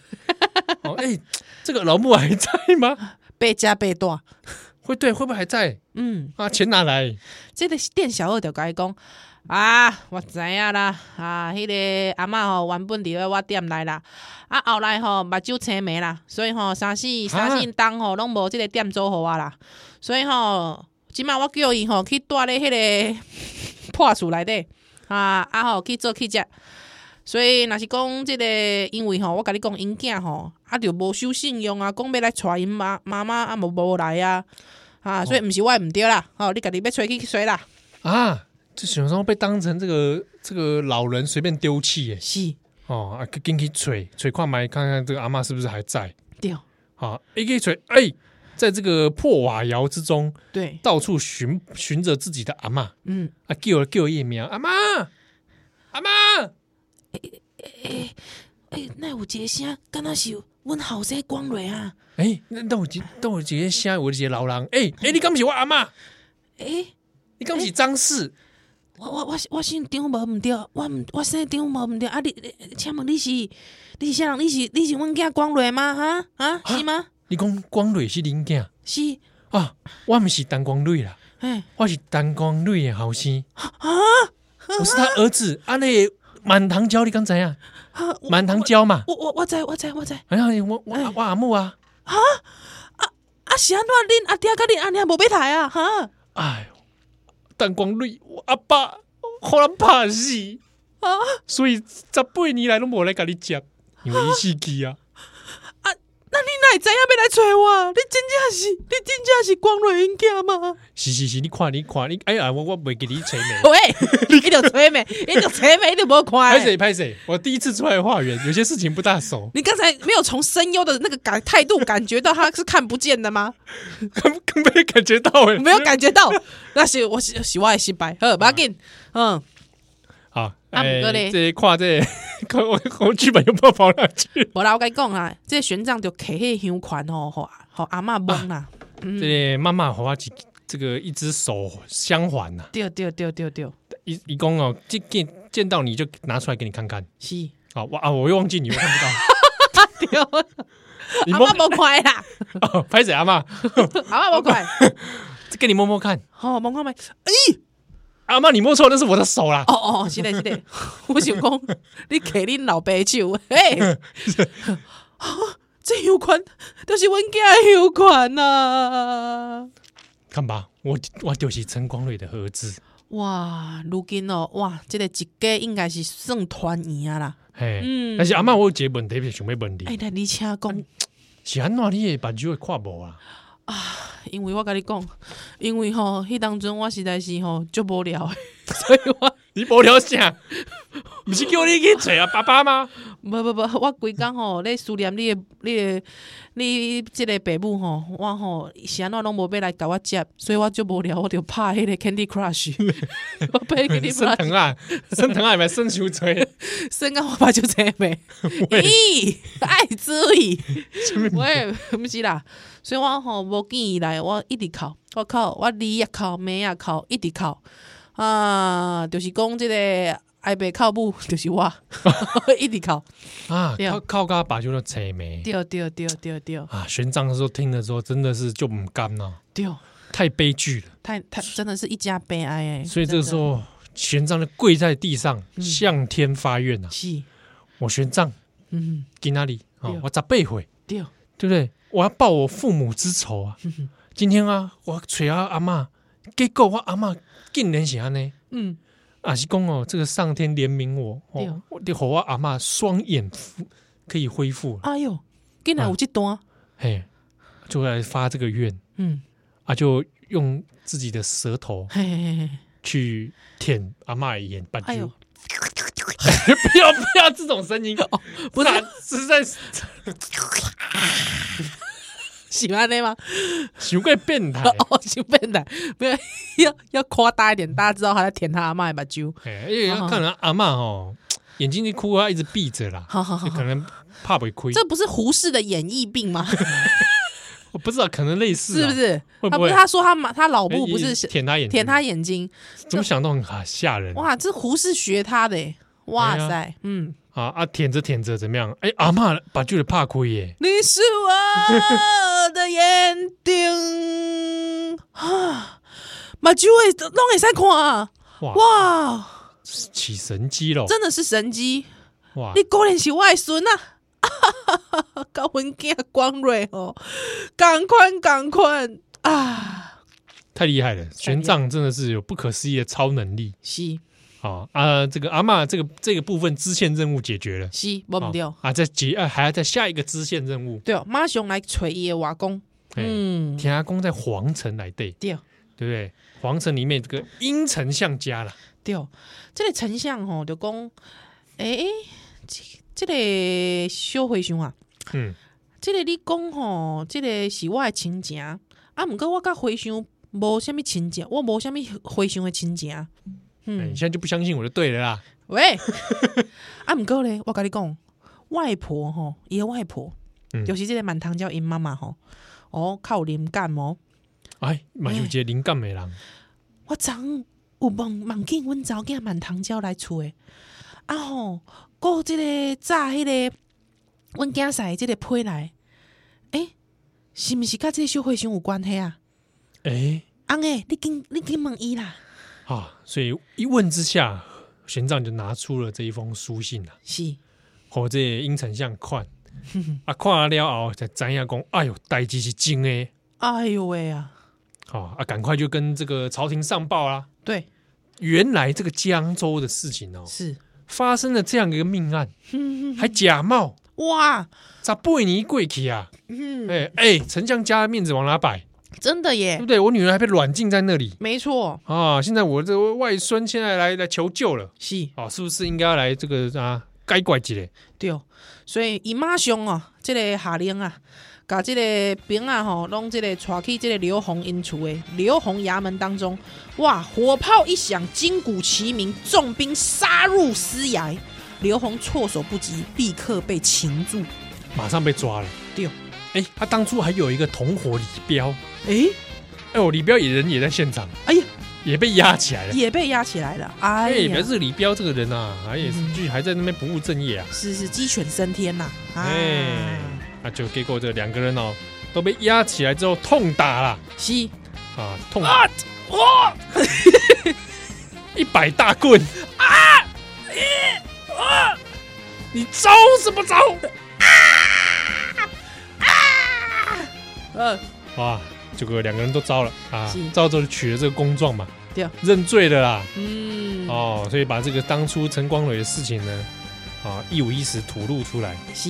Speaker 1: 哦，哎、这个老墓还在吗？
Speaker 2: 倍加倍大。
Speaker 1: 会对，会不会还在
Speaker 2: 嗯，
Speaker 1: 啊？钱拿来，
Speaker 2: 这个店小二就甲伊讲啊，我知影啦，啊，迄、个阿嬷吼原本伫咧我店内啦，啊后来吼目睭青盲啦，所以吼三四三四当吼拢无即个店租互我啦，所以吼即满我叫伊吼去住咧迄个 [laughs] 破厝内底啊啊吼去做去食。所以若是讲即、个，因为吼，我甲你讲，因囝吼，啊就无守信用啊，讲要来娶因妈妈妈啊，无无来啊，啊，所以毋是我毋对啦，吼、你家己要吹去去吹啦，
Speaker 1: 啊，这小时候被当成这个这个老人随便丢弃耶。
Speaker 2: 是，
Speaker 1: 哦，啊，进去吹吹矿埋，看看这个阿嬷是不是还在。
Speaker 2: 对
Speaker 1: 啊，一个吹，哎、在这个破瓦窑之中，
Speaker 2: 对，
Speaker 1: 到处寻寻着自己的阿嬷。
Speaker 2: 嗯，
Speaker 1: 啊，叫了叫叶苗，阿妈，阿妈，
Speaker 2: 诶、那有一个声，敢若是阮后生光蕊啊，
Speaker 1: 哎、那那我那我姐姐下我姐老人，哎、哎、你敢不是我阿妈？
Speaker 2: 诶、
Speaker 1: 你敢不是张氏？
Speaker 2: 我我我我姓张无毋对，我毋我姓张无毋对，啊你，你请问你是你是啥人？你是你是阮囝光蕊吗？哈啊，是吗？
Speaker 1: 你讲光蕊是恁囝
Speaker 2: 是，
Speaker 1: 啊？我不是单光蕊啦，
Speaker 2: 哎，
Speaker 1: 我是单光蕊的后生啊，我是他儿子。啊，那个满堂娇你刚才啊，
Speaker 2: 啊，我
Speaker 1: 满堂娇嘛，
Speaker 2: 我我我知我知我知，
Speaker 1: 哎呀，我我我阿母啊，
Speaker 2: 啊是安怎恁阿爹甲恁阿娘无要抬啊？哈
Speaker 1: 哎呦，单光蕊我阿爸互人拍死，
Speaker 2: 啊
Speaker 1: 所以十八年来都无来甲你接，因为伊死去啊。 [laughs]
Speaker 2: 啊，那你哪会知影要来找我？你真正是你真正是光蕊因囝吗？。
Speaker 1: 是是是，你看你看你，哎呀，我我袂给你吹眉
Speaker 2: [laughs] 喂，你就吹咩？你就吹咩？你就无看
Speaker 1: 拍
Speaker 2: 欸。
Speaker 1: 谁拍谁，我第一次出来化缘，有些事情不大熟
Speaker 2: [laughs] ，你刚才没有从声优的那个感态度感觉到他是看不见的 [laughs] 吗？
Speaker 1: 根根本感觉到哎，
Speaker 2: 没有感觉到，那是我是是我的失败。好，不要紧，嗯，
Speaker 1: 好。
Speaker 2: 啊
Speaker 1: 哎
Speaker 2: 不过嘞
Speaker 1: 这跨这 [laughs] 看我我剧本又不跑哪去？
Speaker 2: 无啦，我跟你讲啦，这个玄奘就摕迄个香款吼，哦吼吼阿嬷懵啦，
Speaker 1: 这妈妈给我一这个一只手相环呐，
Speaker 2: 对对对对对，
Speaker 1: 一一共哦，见见见到你就拿出来给你看看。
Speaker 2: 是，
Speaker 1: 好，我啊，我又忘记你，我看
Speaker 2: [laughs]
Speaker 1: 不
Speaker 2: 对，阿
Speaker 1: 到。你摸
Speaker 2: 嬷无看啦，
Speaker 1: 哦，拍谁阿妈？
Speaker 2: [laughs] 阿嬷无 [laughs] 看，
Speaker 1: 给你摸摸看，
Speaker 2: 吼懵看咪，
Speaker 1: 阿妈你摸错，那是我的手啦。
Speaker 2: 哦哦，是的，是的， [laughs] 我想讲，你摕恁老爸的手， [laughs] 嘿，啊，这香款就是阮囝的香款啊。
Speaker 1: 看吧，我我就是陈光蕊的儿子。
Speaker 2: 哇，如今哦，哇，这个一家应该是算团圆啊啦。
Speaker 1: 嘿，
Speaker 2: 嗯
Speaker 1: 但是阿嬷，我有一个问题，是想要问你
Speaker 2: 哎、，那你请讲，
Speaker 1: 是安怎你的目睭会看无啊？
Speaker 2: 因为我跟你讲，因为吼、迄当中我实在是吼、足无聊 [laughs] 的，所以我
Speaker 1: 你无聊啥？不是叫你去找啊爸爸
Speaker 2: [laughs]
Speaker 1: 吗？
Speaker 2: 无无无，我规工吼咧思念你的你的你即个爸母吼、我吼、是安怎拢无要来甲我接，所以我足无聊，我就拍迄个 Candy Crush，我拍 Candy
Speaker 1: 生
Speaker 2: Crush，
Speaker 1: 疼啊，生疼啊，咪生伤
Speaker 2: [laughs]
Speaker 1: 嘴，
Speaker 2: 生到我目睭青
Speaker 1: [laughs]
Speaker 2: 袂，
Speaker 1: 喂，
Speaker 2: 咦，爱注意。
Speaker 1: 什么
Speaker 2: 喂，毋是啦，所以我吼无见伊来，我一直哭，我哭，我你也哭，妹也哭，一直哭啊，就是讲即、个爱被靠母， [laughs] 就是我一直哭，
Speaker 1: 啊，
Speaker 2: 对
Speaker 1: 靠靠家把酒都扯没
Speaker 2: 对对对对对
Speaker 1: 啊！玄奘的时候听的时候，真的是就唔甘了，
Speaker 2: 对，
Speaker 1: 太悲剧了。
Speaker 2: 太太真的是一家悲哀哎、嗯
Speaker 1: 所以这个时候，玄奘就跪在地上向天发愿啊！
Speaker 2: 是，
Speaker 1: 我玄奘
Speaker 2: 嗯，
Speaker 1: 给哪里啊
Speaker 2: 对？
Speaker 1: 我咋背悔？
Speaker 2: 对
Speaker 1: 对不对？我要报我父母之仇
Speaker 2: [laughs]
Speaker 1: 啊！今天啊，我找啊阿嬷，结果我阿嬷竟然是安尼。
Speaker 2: 嗯，
Speaker 1: 啊，是讲哦，这个上天怜悯我，
Speaker 2: 对哦
Speaker 1: 哦，我得和我阿嬷双眼复可以恢复了。
Speaker 2: 哎哟，竟然有这
Speaker 1: 啊
Speaker 2: 段，
Speaker 1: 嘿，就来发这个愿
Speaker 2: 嗯，
Speaker 1: 啊，就用自己的舌头
Speaker 2: 嘿嘿嘿嘿，
Speaker 1: 去舔阿嬷的眼半
Speaker 2: 哎
Speaker 1: 句，
Speaker 2: 呦，
Speaker 1: [laughs] 不要不要这种声音，
Speaker 2: [laughs] 不是
Speaker 1: 啊实在 [laughs] 是
Speaker 2: 喜欢的吗？。
Speaker 1: 行怪变态
Speaker 2: [laughs] 哦，兴奋的，没有 [laughs] 要要夸大一点，大家知道他在舔他阿妈的把揪。
Speaker 1: [laughs] 哎，因为要看人家阿嬷哦，眼睛一哭，她一直闭着啦，
Speaker 2: 好好好
Speaker 1: 就可能怕被亏，
Speaker 2: 这不是胡适的演绎
Speaker 1: [laughs]
Speaker 2: 病吗？
Speaker 1: 我不知道，可能类似
Speaker 2: 是
Speaker 1: 啊
Speaker 2: 不？是？
Speaker 1: 会不会
Speaker 2: 他不是他说他妈他老
Speaker 1: 哎
Speaker 2: 母不是
Speaker 1: 一直舔她眼睛，
Speaker 2: 舔他眼睛？
Speaker 1: 怎么想都很吓吓人
Speaker 2: 哇，这胡适学他的耶，哇
Speaker 1: 哎呀
Speaker 2: 塞，嗯，
Speaker 1: 啊啊！舔着舔着怎么样？哎，阿嬷把就怕亏耶，
Speaker 2: 你是我的眼睛啊，把揪会都会使看啊，
Speaker 1: 哇哦
Speaker 2: 哇，
Speaker 1: 起神机了，
Speaker 2: 真的是神机。
Speaker 1: 哇
Speaker 2: 你！果然是我的孙啊！ [laughs] 甲阮囝光蕊哦，赶快赶快啊！
Speaker 1: 太厉害
Speaker 2: 哎
Speaker 1: 了，玄奘真的是有不可思议的超能力
Speaker 2: 是
Speaker 1: 啊啊！这个阿嬷这个这个部分支线任务解决了，
Speaker 2: 是，无
Speaker 1: 哦
Speaker 2: 毋对，
Speaker 1: 啊，在结啊还要在下一个支线任务，
Speaker 2: 对哦，马上来找伊的外公。
Speaker 1: 嗯，
Speaker 2: 嗯，
Speaker 1: 田阿公在皇城来对，
Speaker 2: 对
Speaker 1: 对不对？皇城里面这个阴沉相加了，
Speaker 2: 对，这个丞相吼就讲，诶、这这个小和尚啊，
Speaker 1: 嗯，
Speaker 2: 这个你讲吼，这个是我的亲情，啊，毋过我甲和尚无什物亲情，我无什物和尚的亲情。
Speaker 1: 哎
Speaker 2: 嗯
Speaker 1: 你现在就不相信我就对了啦，
Speaker 2: 喂， [laughs] 啊，毋过咧，我甲你讲，外婆吼，伊个外婆，
Speaker 1: 嗯
Speaker 2: 就是即个满堂叫因妈妈吼，哦，较有灵感哦。
Speaker 1: 哎，马修杰灵感美郎，
Speaker 2: 我昨昏有梦梦见阮查某囝满堂鸟来厝诶，啊吼，过即个早迄、个，阮囝婿即个批来，诶、是毋是甲即个小和尚有关系啊？
Speaker 1: 哎
Speaker 2: 翁诶，你紧你紧问伊啦，
Speaker 1: 啊，所以一问之下，玄奘就拿出了这一封书信啊，
Speaker 2: 是
Speaker 1: 和这个阴沉相 [laughs] 看，啊，看了后才知影讲，哎呦，代志是真的。
Speaker 2: 哎哟喂啊，
Speaker 1: 哦啊，赶快就跟这个朝廷上报啦。
Speaker 2: 对，
Speaker 1: 原来这个江州的事情哦，
Speaker 2: 是，
Speaker 1: 发生了这样一个命案，还假冒
Speaker 2: 哇，
Speaker 1: 咋贝尼贵去啊？
Speaker 2: 嗯，哎
Speaker 1: 哎哎，丞相家的面子往哪摆，
Speaker 2: 真的
Speaker 1: 对
Speaker 2: 耶
Speaker 1: 不，对？我女儿还被软禁在那里
Speaker 2: 没错，
Speaker 1: 啊！现在我这外孙现在来来求救了，
Speaker 2: 是。
Speaker 1: 哦，是不是应该要来这个啊？该怪几嘞？
Speaker 2: 对，所以伊马上哦，即、个下令啊，甲即个兵啊吼，拢即个带去即个刘洪因厝的刘洪衙门当中，哇，火炮一响，金鼓齐鸣，重兵杀入司衙，刘洪措手不及，立刻被擒住。
Speaker 1: 马上被抓了。
Speaker 2: 对，
Speaker 1: 哎，他当初还有一个同伙李彪，
Speaker 2: 诶、
Speaker 1: 哎，我李彪也人也在现场，
Speaker 2: 哎呀，
Speaker 1: 也被压起来了。
Speaker 2: 也被压起来了，哎
Speaker 1: 哎，
Speaker 2: 呀嗯
Speaker 1: 表，示李彪这个人啊，哎也是就还在那边不务正业啊。
Speaker 2: 是是鸡犬升天呐、啊，
Speaker 1: 哎
Speaker 2: 啊，，
Speaker 1: 啊，就结果这两个人哦，都被压起来之后痛打了
Speaker 2: 是
Speaker 1: 啊，痛打，哇，一百大棍啊，啊，你招什么
Speaker 2: [laughs]
Speaker 1: 招？
Speaker 2: 啊呃，
Speaker 1: 哇，结果两个人都招了啊
Speaker 2: 是，
Speaker 1: 招之后就取了这个公状嘛，
Speaker 2: 对，
Speaker 1: 认罪了啦，
Speaker 2: 嗯，
Speaker 1: 哦，所以把这个当初陈光蕊的事情呢，啊，一五一十吐露出来。
Speaker 2: 是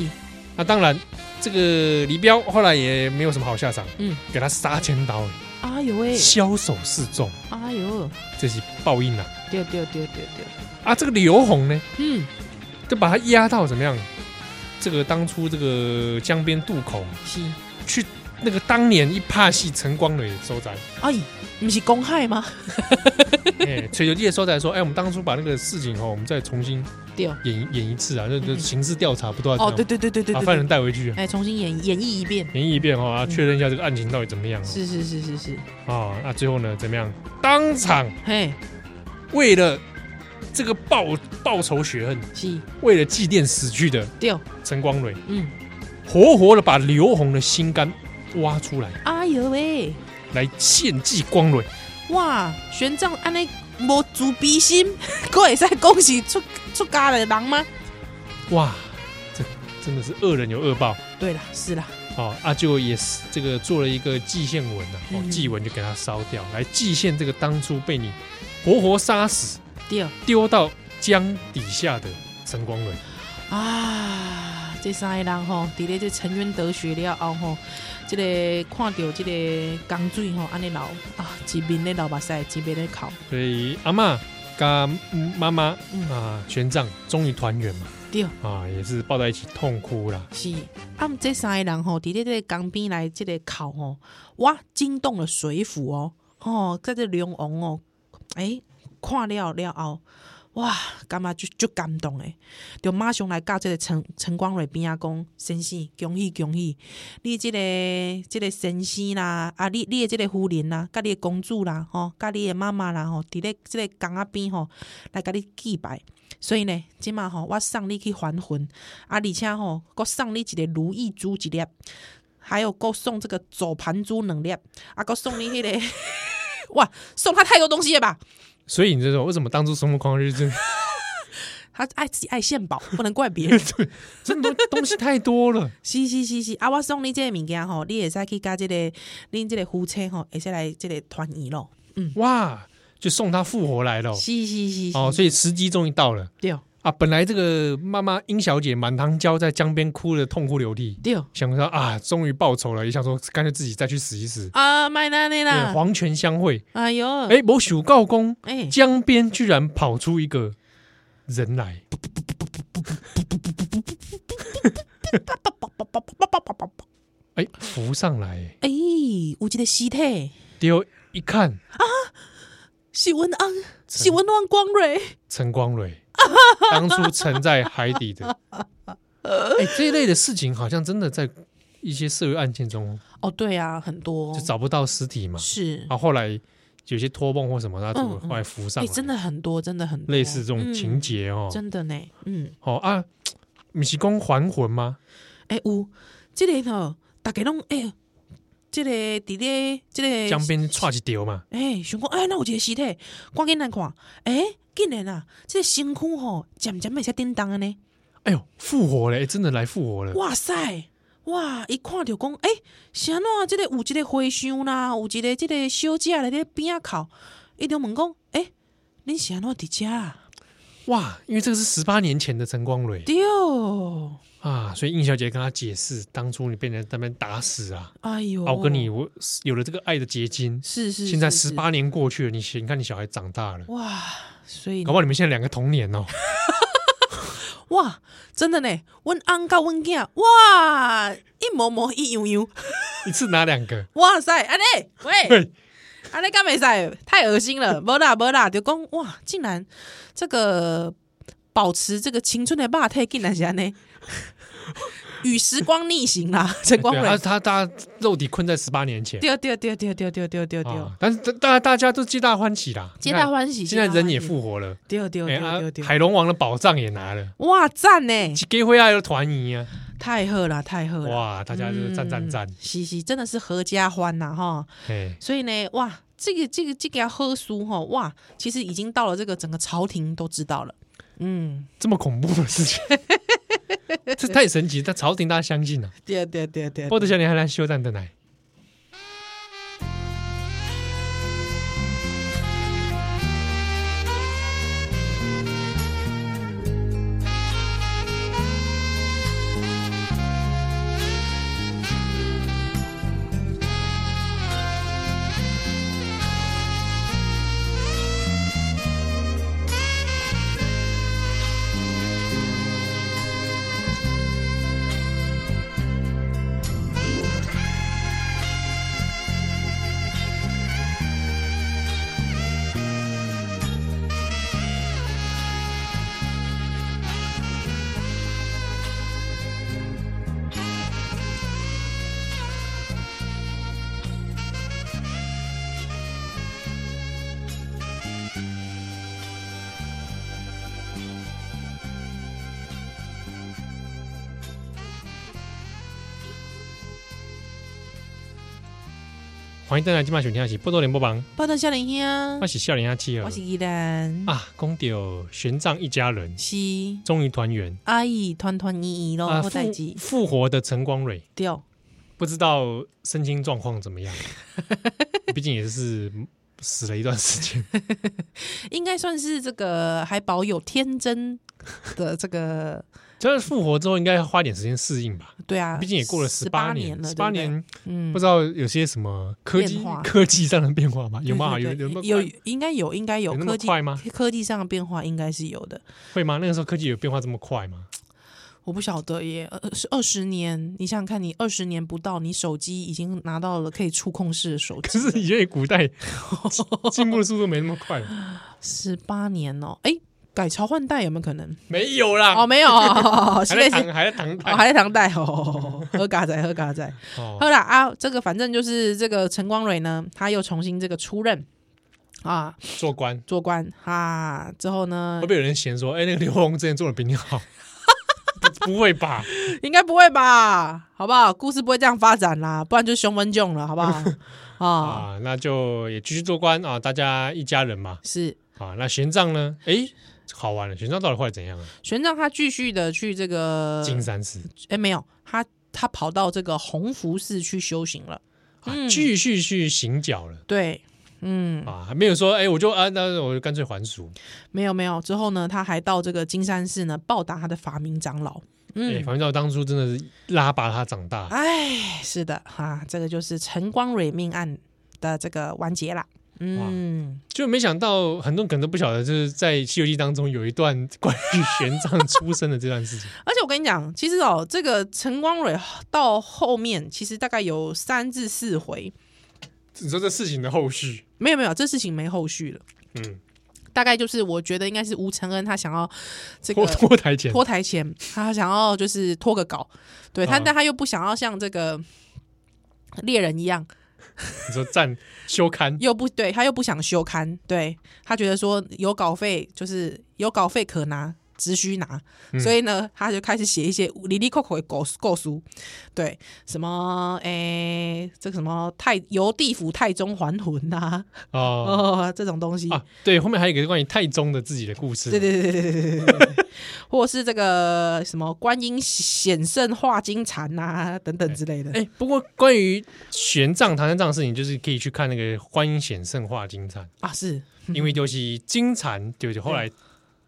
Speaker 1: 那当然，这个李彪后来也没有什么好下场，
Speaker 2: 嗯，
Speaker 1: 给他杀千刀，
Speaker 2: 哎呦喂，
Speaker 1: 枭首示众。
Speaker 2: 哎呦，
Speaker 1: 这是报应啊！
Speaker 2: 对对对对对，
Speaker 1: 啊，这个刘洪呢，
Speaker 2: 嗯，
Speaker 1: 就把他压到怎么样？这个当初这个江边渡口
Speaker 2: 是。
Speaker 1: 去那个当年一拍戏陈光蕊收宅，
Speaker 2: 哎，不是公害吗？
Speaker 1: [laughs] 哎，崔九记的收宅说，哎，我们当初把那个事情哦，我们再重新
Speaker 2: 对，
Speaker 1: 演演一次啊，就就
Speaker 2: 嗯
Speaker 1: 刑事调查不都要这
Speaker 2: 哦，
Speaker 1: 样
Speaker 2: 对对对对对
Speaker 1: 把
Speaker 2: 对
Speaker 1: 犯人
Speaker 2: 对，
Speaker 1: 带回去啊，
Speaker 2: 哎，重新演演绎一遍，
Speaker 1: 演绎一遍哦，啊，
Speaker 2: 嗯
Speaker 1: 确认一下这个案情到底怎么样
Speaker 2: 是是是是是，
Speaker 1: 哦啊？那最后呢，怎么样？当场
Speaker 2: 嘿，
Speaker 1: 为了这个报报仇雪恨，
Speaker 2: 是，
Speaker 1: 为了祭奠死去的
Speaker 2: 对，
Speaker 1: 陈光蕊。
Speaker 2: 嗯，
Speaker 1: 活活的把刘洪的心肝挖出来，
Speaker 2: 哎呦喂，
Speaker 1: 来献祭光蕊。
Speaker 2: 哇，玄奘安尼无自卑心， [laughs] 可会使恭喜出出家的人吗？
Speaker 1: 哇，这真的是恶人有恶报
Speaker 2: 对啦，是啦，
Speaker 1: 哦！啊，就也是这个做了一个祭献文啊，哦
Speaker 2: 嗯，
Speaker 1: 祭文就给他烧掉，来祭献这个当初被你活活杀死、
Speaker 2: 对
Speaker 1: 丢到江底下的陈光蕊。
Speaker 2: 啊，这三个人吼，伫咧这沉冤得雪了后吼，即、个看到即个江水吼，安尼流啊，一面咧流目屎，一面咧哭。
Speaker 1: 所以阿嬷跟妈妈
Speaker 2: 嗯
Speaker 1: 啊，玄奘终于团圆嘛，
Speaker 2: 对，
Speaker 1: 啊，也是抱在一起痛哭啦。
Speaker 2: 是啊，这三个人吼，伫咧这个江边来即个哭吼，哇，惊动了水府哦，吼，在这龙王哦，诶、看了了后，哇，感觉就就感动诶，就马上来教即个陈陈光蕊边啊讲，先生，恭喜恭喜，你即、个即、这个先生啦，啊，你你的即个夫人啦，甲你的公主啦，吼、甲你的妈妈啦，吼、伫咧即个江仔边吼，来甲你祭拜。所以呢，即嘛吼，我送你去还魂，啊，而且吼、佫送你一个如意珠一粒，还有佫送这个左盘珠两粒，啊，佫送你迄、个， [laughs] 哇，送他太多东西了吧？
Speaker 1: 所以你这种为什么当初孙悟空就是
Speaker 2: 他爱自己爱献宝，不能怪别
Speaker 1: [laughs]
Speaker 2: 人。
Speaker 1: 真的东东西太多了？
Speaker 2: 是是是是，啊，我送你这个物件吼，你会使去甲即、个恁即个夫妻吼，会使来即个团圆咯。
Speaker 1: 哇，就送他复活来了哦
Speaker 2: 是是是是，
Speaker 1: 哦，所以时机终于到了
Speaker 2: 对
Speaker 1: 啊！本来这个妈妈殷小姐满堂娇在江边哭的痛哭流涕，
Speaker 2: 对，
Speaker 1: 想说啊，终于报仇了，也想说干脆自己再去死一死。
Speaker 2: 啊，买哪里
Speaker 1: 对，
Speaker 2: 啦？
Speaker 1: 黄泉相会，
Speaker 2: 哎哟，
Speaker 1: 哎，某许告公
Speaker 2: 哎、
Speaker 1: 江边居然跑出一个人来，哎，浮上来，
Speaker 2: 哎、有一个尸体，
Speaker 1: 丢一看，
Speaker 2: 是文安，是文安光蕊。
Speaker 1: 陈光蕊，当初沉在海底的，哎，这一类的事情好像真的在一些社会案件中
Speaker 2: 哦，对啊，很多
Speaker 1: 就找不到尸体嘛，
Speaker 2: 是，
Speaker 1: 啊，后来有些托梦或什么，他
Speaker 2: 嗯嗯
Speaker 1: 后来浮上
Speaker 2: 哎、
Speaker 1: 来，
Speaker 2: 真的很多，真的很多
Speaker 1: 类似这种情、节哦
Speaker 2: 嗯，，真的呢，嗯，
Speaker 1: 哦啊，米奇公还魂吗？
Speaker 2: 哎、有这个吼，大家拢哎、这个伫咧这个
Speaker 1: 江，边串一丢嘛，
Speaker 2: 哎、想讲哎，那、有一个尸体，赶紧来看，哎、竟然啊，这个身躯吼，渐渐会使叮当的呢，
Speaker 1: 哎呦，复活了，哎真的来复活了，
Speaker 2: 哇塞！哇！伊看着讲，哎、是安怎？即个有一个花箱啦，有一个即个小姐咧咧边仔哭，伊就问讲，哎、恁是安怎伫遮啊？
Speaker 1: 哇，因为这个是十八年前的陈光蕊
Speaker 2: 对，哦
Speaker 1: 啊，所以应小姐跟他解释，当初你被人在那边打死啊，
Speaker 2: 哎呦，
Speaker 1: 啊，我跟你我有了这个爱的结晶，
Speaker 2: 是是，
Speaker 1: 现在
Speaker 2: 是
Speaker 1: 十八年过去了，你你看你小孩长大了
Speaker 2: 是，哇，所以
Speaker 1: 搞不好你们现在两个同年哦， [laughs]
Speaker 2: 哇，真的呢，阮翁甲阮囝哇，一模模一样样，
Speaker 1: 一次拿两个，
Speaker 2: 哇塞，安尼喂，
Speaker 1: 对，
Speaker 2: 安尼敢袂使，太恶心了，无啦无啦，就讲哇，竟然这个保持这个青春的霸体，竟然是安尼。与时光逆行啦，陈光
Speaker 1: 对啊，
Speaker 2: 蕊，
Speaker 1: 他他肉体困在十八年前。
Speaker 2: 对对对对对对对对对
Speaker 1: 啊，但是大大大家都皆大欢喜啦，
Speaker 2: 皆大欢喜
Speaker 1: 你看现在人也
Speaker 2: 皆大欢
Speaker 1: 复
Speaker 2: 喜
Speaker 1: 活了，
Speaker 2: 对对
Speaker 1: 哎
Speaker 2: 对对
Speaker 1: 啊，
Speaker 2: 对，
Speaker 1: 海龙王的宝藏也拿了，
Speaker 2: 哇赞呢
Speaker 1: 一，给回来的团圆啊，
Speaker 2: 太好啦太好啦，
Speaker 1: 哇，大家就是赞赞赞
Speaker 2: 嗯，是是，真的是合家欢呐哈。
Speaker 1: 哎，
Speaker 2: 所以呢，哇，这个这个这个喝书哈，哇，其实已经到了这个整个朝廷都知道了。嗯，
Speaker 1: 这么恐怖的事
Speaker 2: [laughs]
Speaker 1: 情，这太神奇，但朝廷大家相信了。啊
Speaker 2: 对对对对
Speaker 1: 波特小女孩来修蛋的奶，欢迎蛋奶今晚选听的是波多联播榜，
Speaker 2: 报道少年兄
Speaker 1: 我，是笑脸阿七儿
Speaker 2: 我是依然，
Speaker 1: 啊，公丢玄奘一家人
Speaker 2: 是
Speaker 1: 终于团圆
Speaker 2: 阿姨团团圆圆
Speaker 1: 啊，
Speaker 2: 咯，好代
Speaker 1: 复
Speaker 2: 志
Speaker 1: 复活的陈光蕊，
Speaker 2: 对，哦
Speaker 1: 不知道身心状况怎么样， [laughs] 毕竟也是死了一段时间。 [laughs]
Speaker 2: 应该算是这个还保有天真的这个 [laughs]
Speaker 1: 这复活之后应该要花点时间适应吧，
Speaker 2: 对啊，
Speaker 1: 毕竟也过了十
Speaker 2: 八
Speaker 1: 年，
Speaker 2: 了，
Speaker 1: 十八
Speaker 2: 对不对，
Speaker 1: 年
Speaker 2: 嗯
Speaker 1: 不，知道有些什么科技
Speaker 2: 变化
Speaker 1: 科技上的变化
Speaker 2: [laughs]
Speaker 1: 吗？有吗？
Speaker 2: 对
Speaker 1: 有
Speaker 2: 对
Speaker 1: 那么
Speaker 2: 对
Speaker 1: 快
Speaker 2: 有应该有应该有
Speaker 1: 有那么
Speaker 2: 科技
Speaker 1: 快吗
Speaker 2: 科技上的变化应该是有的，
Speaker 1: 会吗？那个时候科技有变化这么快吗？ [laughs]
Speaker 2: 我不晓得耶，呃，是二十年，你想想看，你二十年不到，你手机已经拿到了可以触控式的手
Speaker 1: 可
Speaker 2: 机
Speaker 1: 是
Speaker 2: 了，
Speaker 1: 因为古代 [laughs] 进步的速度没那么快，
Speaker 2: 十八年哦，哎，改朝换代有没有可能？
Speaker 1: 没有啦，
Speaker 2: 哦，没
Speaker 1: [laughs]
Speaker 2: 有，哦
Speaker 1: 啊
Speaker 2: 是
Speaker 1: 还在
Speaker 2: 被是
Speaker 1: 唐还在唐
Speaker 2: 哦，
Speaker 1: 代
Speaker 2: 还在唐代哦， [laughs] 喝嘎仔，喝嘎仔，
Speaker 1: 哦，
Speaker 2: 好啦啊，这个反正就是这个陈光蕊呢，他又重新这个出任啊
Speaker 1: 做官
Speaker 2: 做官啊，之后呢
Speaker 1: 会不，会有人嫌说，哎，那个刘宏之前做的比你好？
Speaker 2: [laughs]
Speaker 1: 不不会吧？
Speaker 2: 应该不会吧，好不好？故事不会这样发展啦，不然就熊文囧了，好
Speaker 1: [laughs]
Speaker 2: 不好？啊，
Speaker 1: 啊，那就也继续做官啊，大家一家人嘛。
Speaker 2: 是
Speaker 1: 啊，那玄奘呢？哎，好玩了，玄奘到底后来怎样啊？
Speaker 2: 玄奘他继续的去这个，
Speaker 1: 金山寺
Speaker 2: 哎，没有他。他跑到这个弘福寺去修行了，嗯
Speaker 1: 啊，继续去行脚了
Speaker 2: 对，嗯，
Speaker 1: 啊，还没有说哎，我就啊，那我就干脆还俗。
Speaker 2: 没有没有。之后呢，他还到这个金山寺呢，报答他的法明长老。嗯，
Speaker 1: 哎，反正当初真的是拉拔他长大，
Speaker 2: 哎，是的哈、这个就是晨光蕊命案的这个完结啦。嗯，
Speaker 1: 就没想到很多人可能都不晓得，就是在《西游记》当中有一段关于玄奘出生的这段事情。
Speaker 2: 而且我跟你讲，其实哦，这个晨光蕊到后面其实大概有三至四回，
Speaker 1: [laughs] 你说这事情的后续，
Speaker 2: 没有没有，这事情没后续了。
Speaker 1: 嗯，
Speaker 2: 大概就是我觉得应该是吴承恩他想要这
Speaker 1: 脱
Speaker 2: 个
Speaker 1: 脱台前，
Speaker 2: 脱台前，他想要就是脱个稿，对他，
Speaker 1: 嗯
Speaker 2: 但他又不想要像这个猎人一样，
Speaker 1: 你说站修刊，
Speaker 2: 又不对他又不想休刊，对他觉得说有稿费就是有稿费可拿，只需拿，
Speaker 1: 嗯
Speaker 2: 所以呢，他就开始写一些里里扣扣的构构书，对什么诶、这个什么太游地府太宗还魂呐、啊，
Speaker 1: 哦
Speaker 2: 哦这种东西，
Speaker 1: 啊，对，后面还有一个关于太宗的自己的故事，
Speaker 2: 对对对对对对对对对，或是这个什么观音显圣化金蝉呐等等之类的，
Speaker 1: [laughs] 哎，不过关于玄奘、唐三藏的事情，就是可以去看那个《观音显圣化金蝉
Speaker 2: 啊是》， [laughs]
Speaker 1: 因为就是金蝉，对对，后来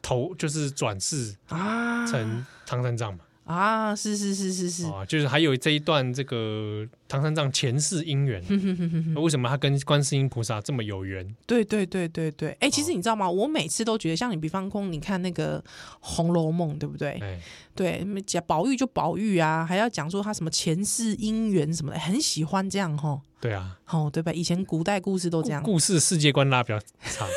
Speaker 1: 投就是转世
Speaker 2: 啊
Speaker 1: 成唐三藏嘛，
Speaker 2: 啊是是是是是，
Speaker 1: 啊，就是还有这一段这个唐三藏前世姻
Speaker 2: [laughs]
Speaker 1: 缘，
Speaker 2: 哼哼哼哼哼。
Speaker 1: 为什么他跟观世音菩萨这么有缘？
Speaker 2: 对对对对对，哎、
Speaker 1: 哦
Speaker 2: 其实你知道吗？我每次都觉得，像你，比方说，你看那个《红楼梦》，对不对？
Speaker 1: 哎，
Speaker 2: 对，讲宝玉就宝玉啊，还要讲说他什么前世姻缘什么的，很喜欢这样吼，
Speaker 1: 对啊，
Speaker 2: 吼，对吧？以前古代故事都这样，
Speaker 1: 故事世界观拉比较长，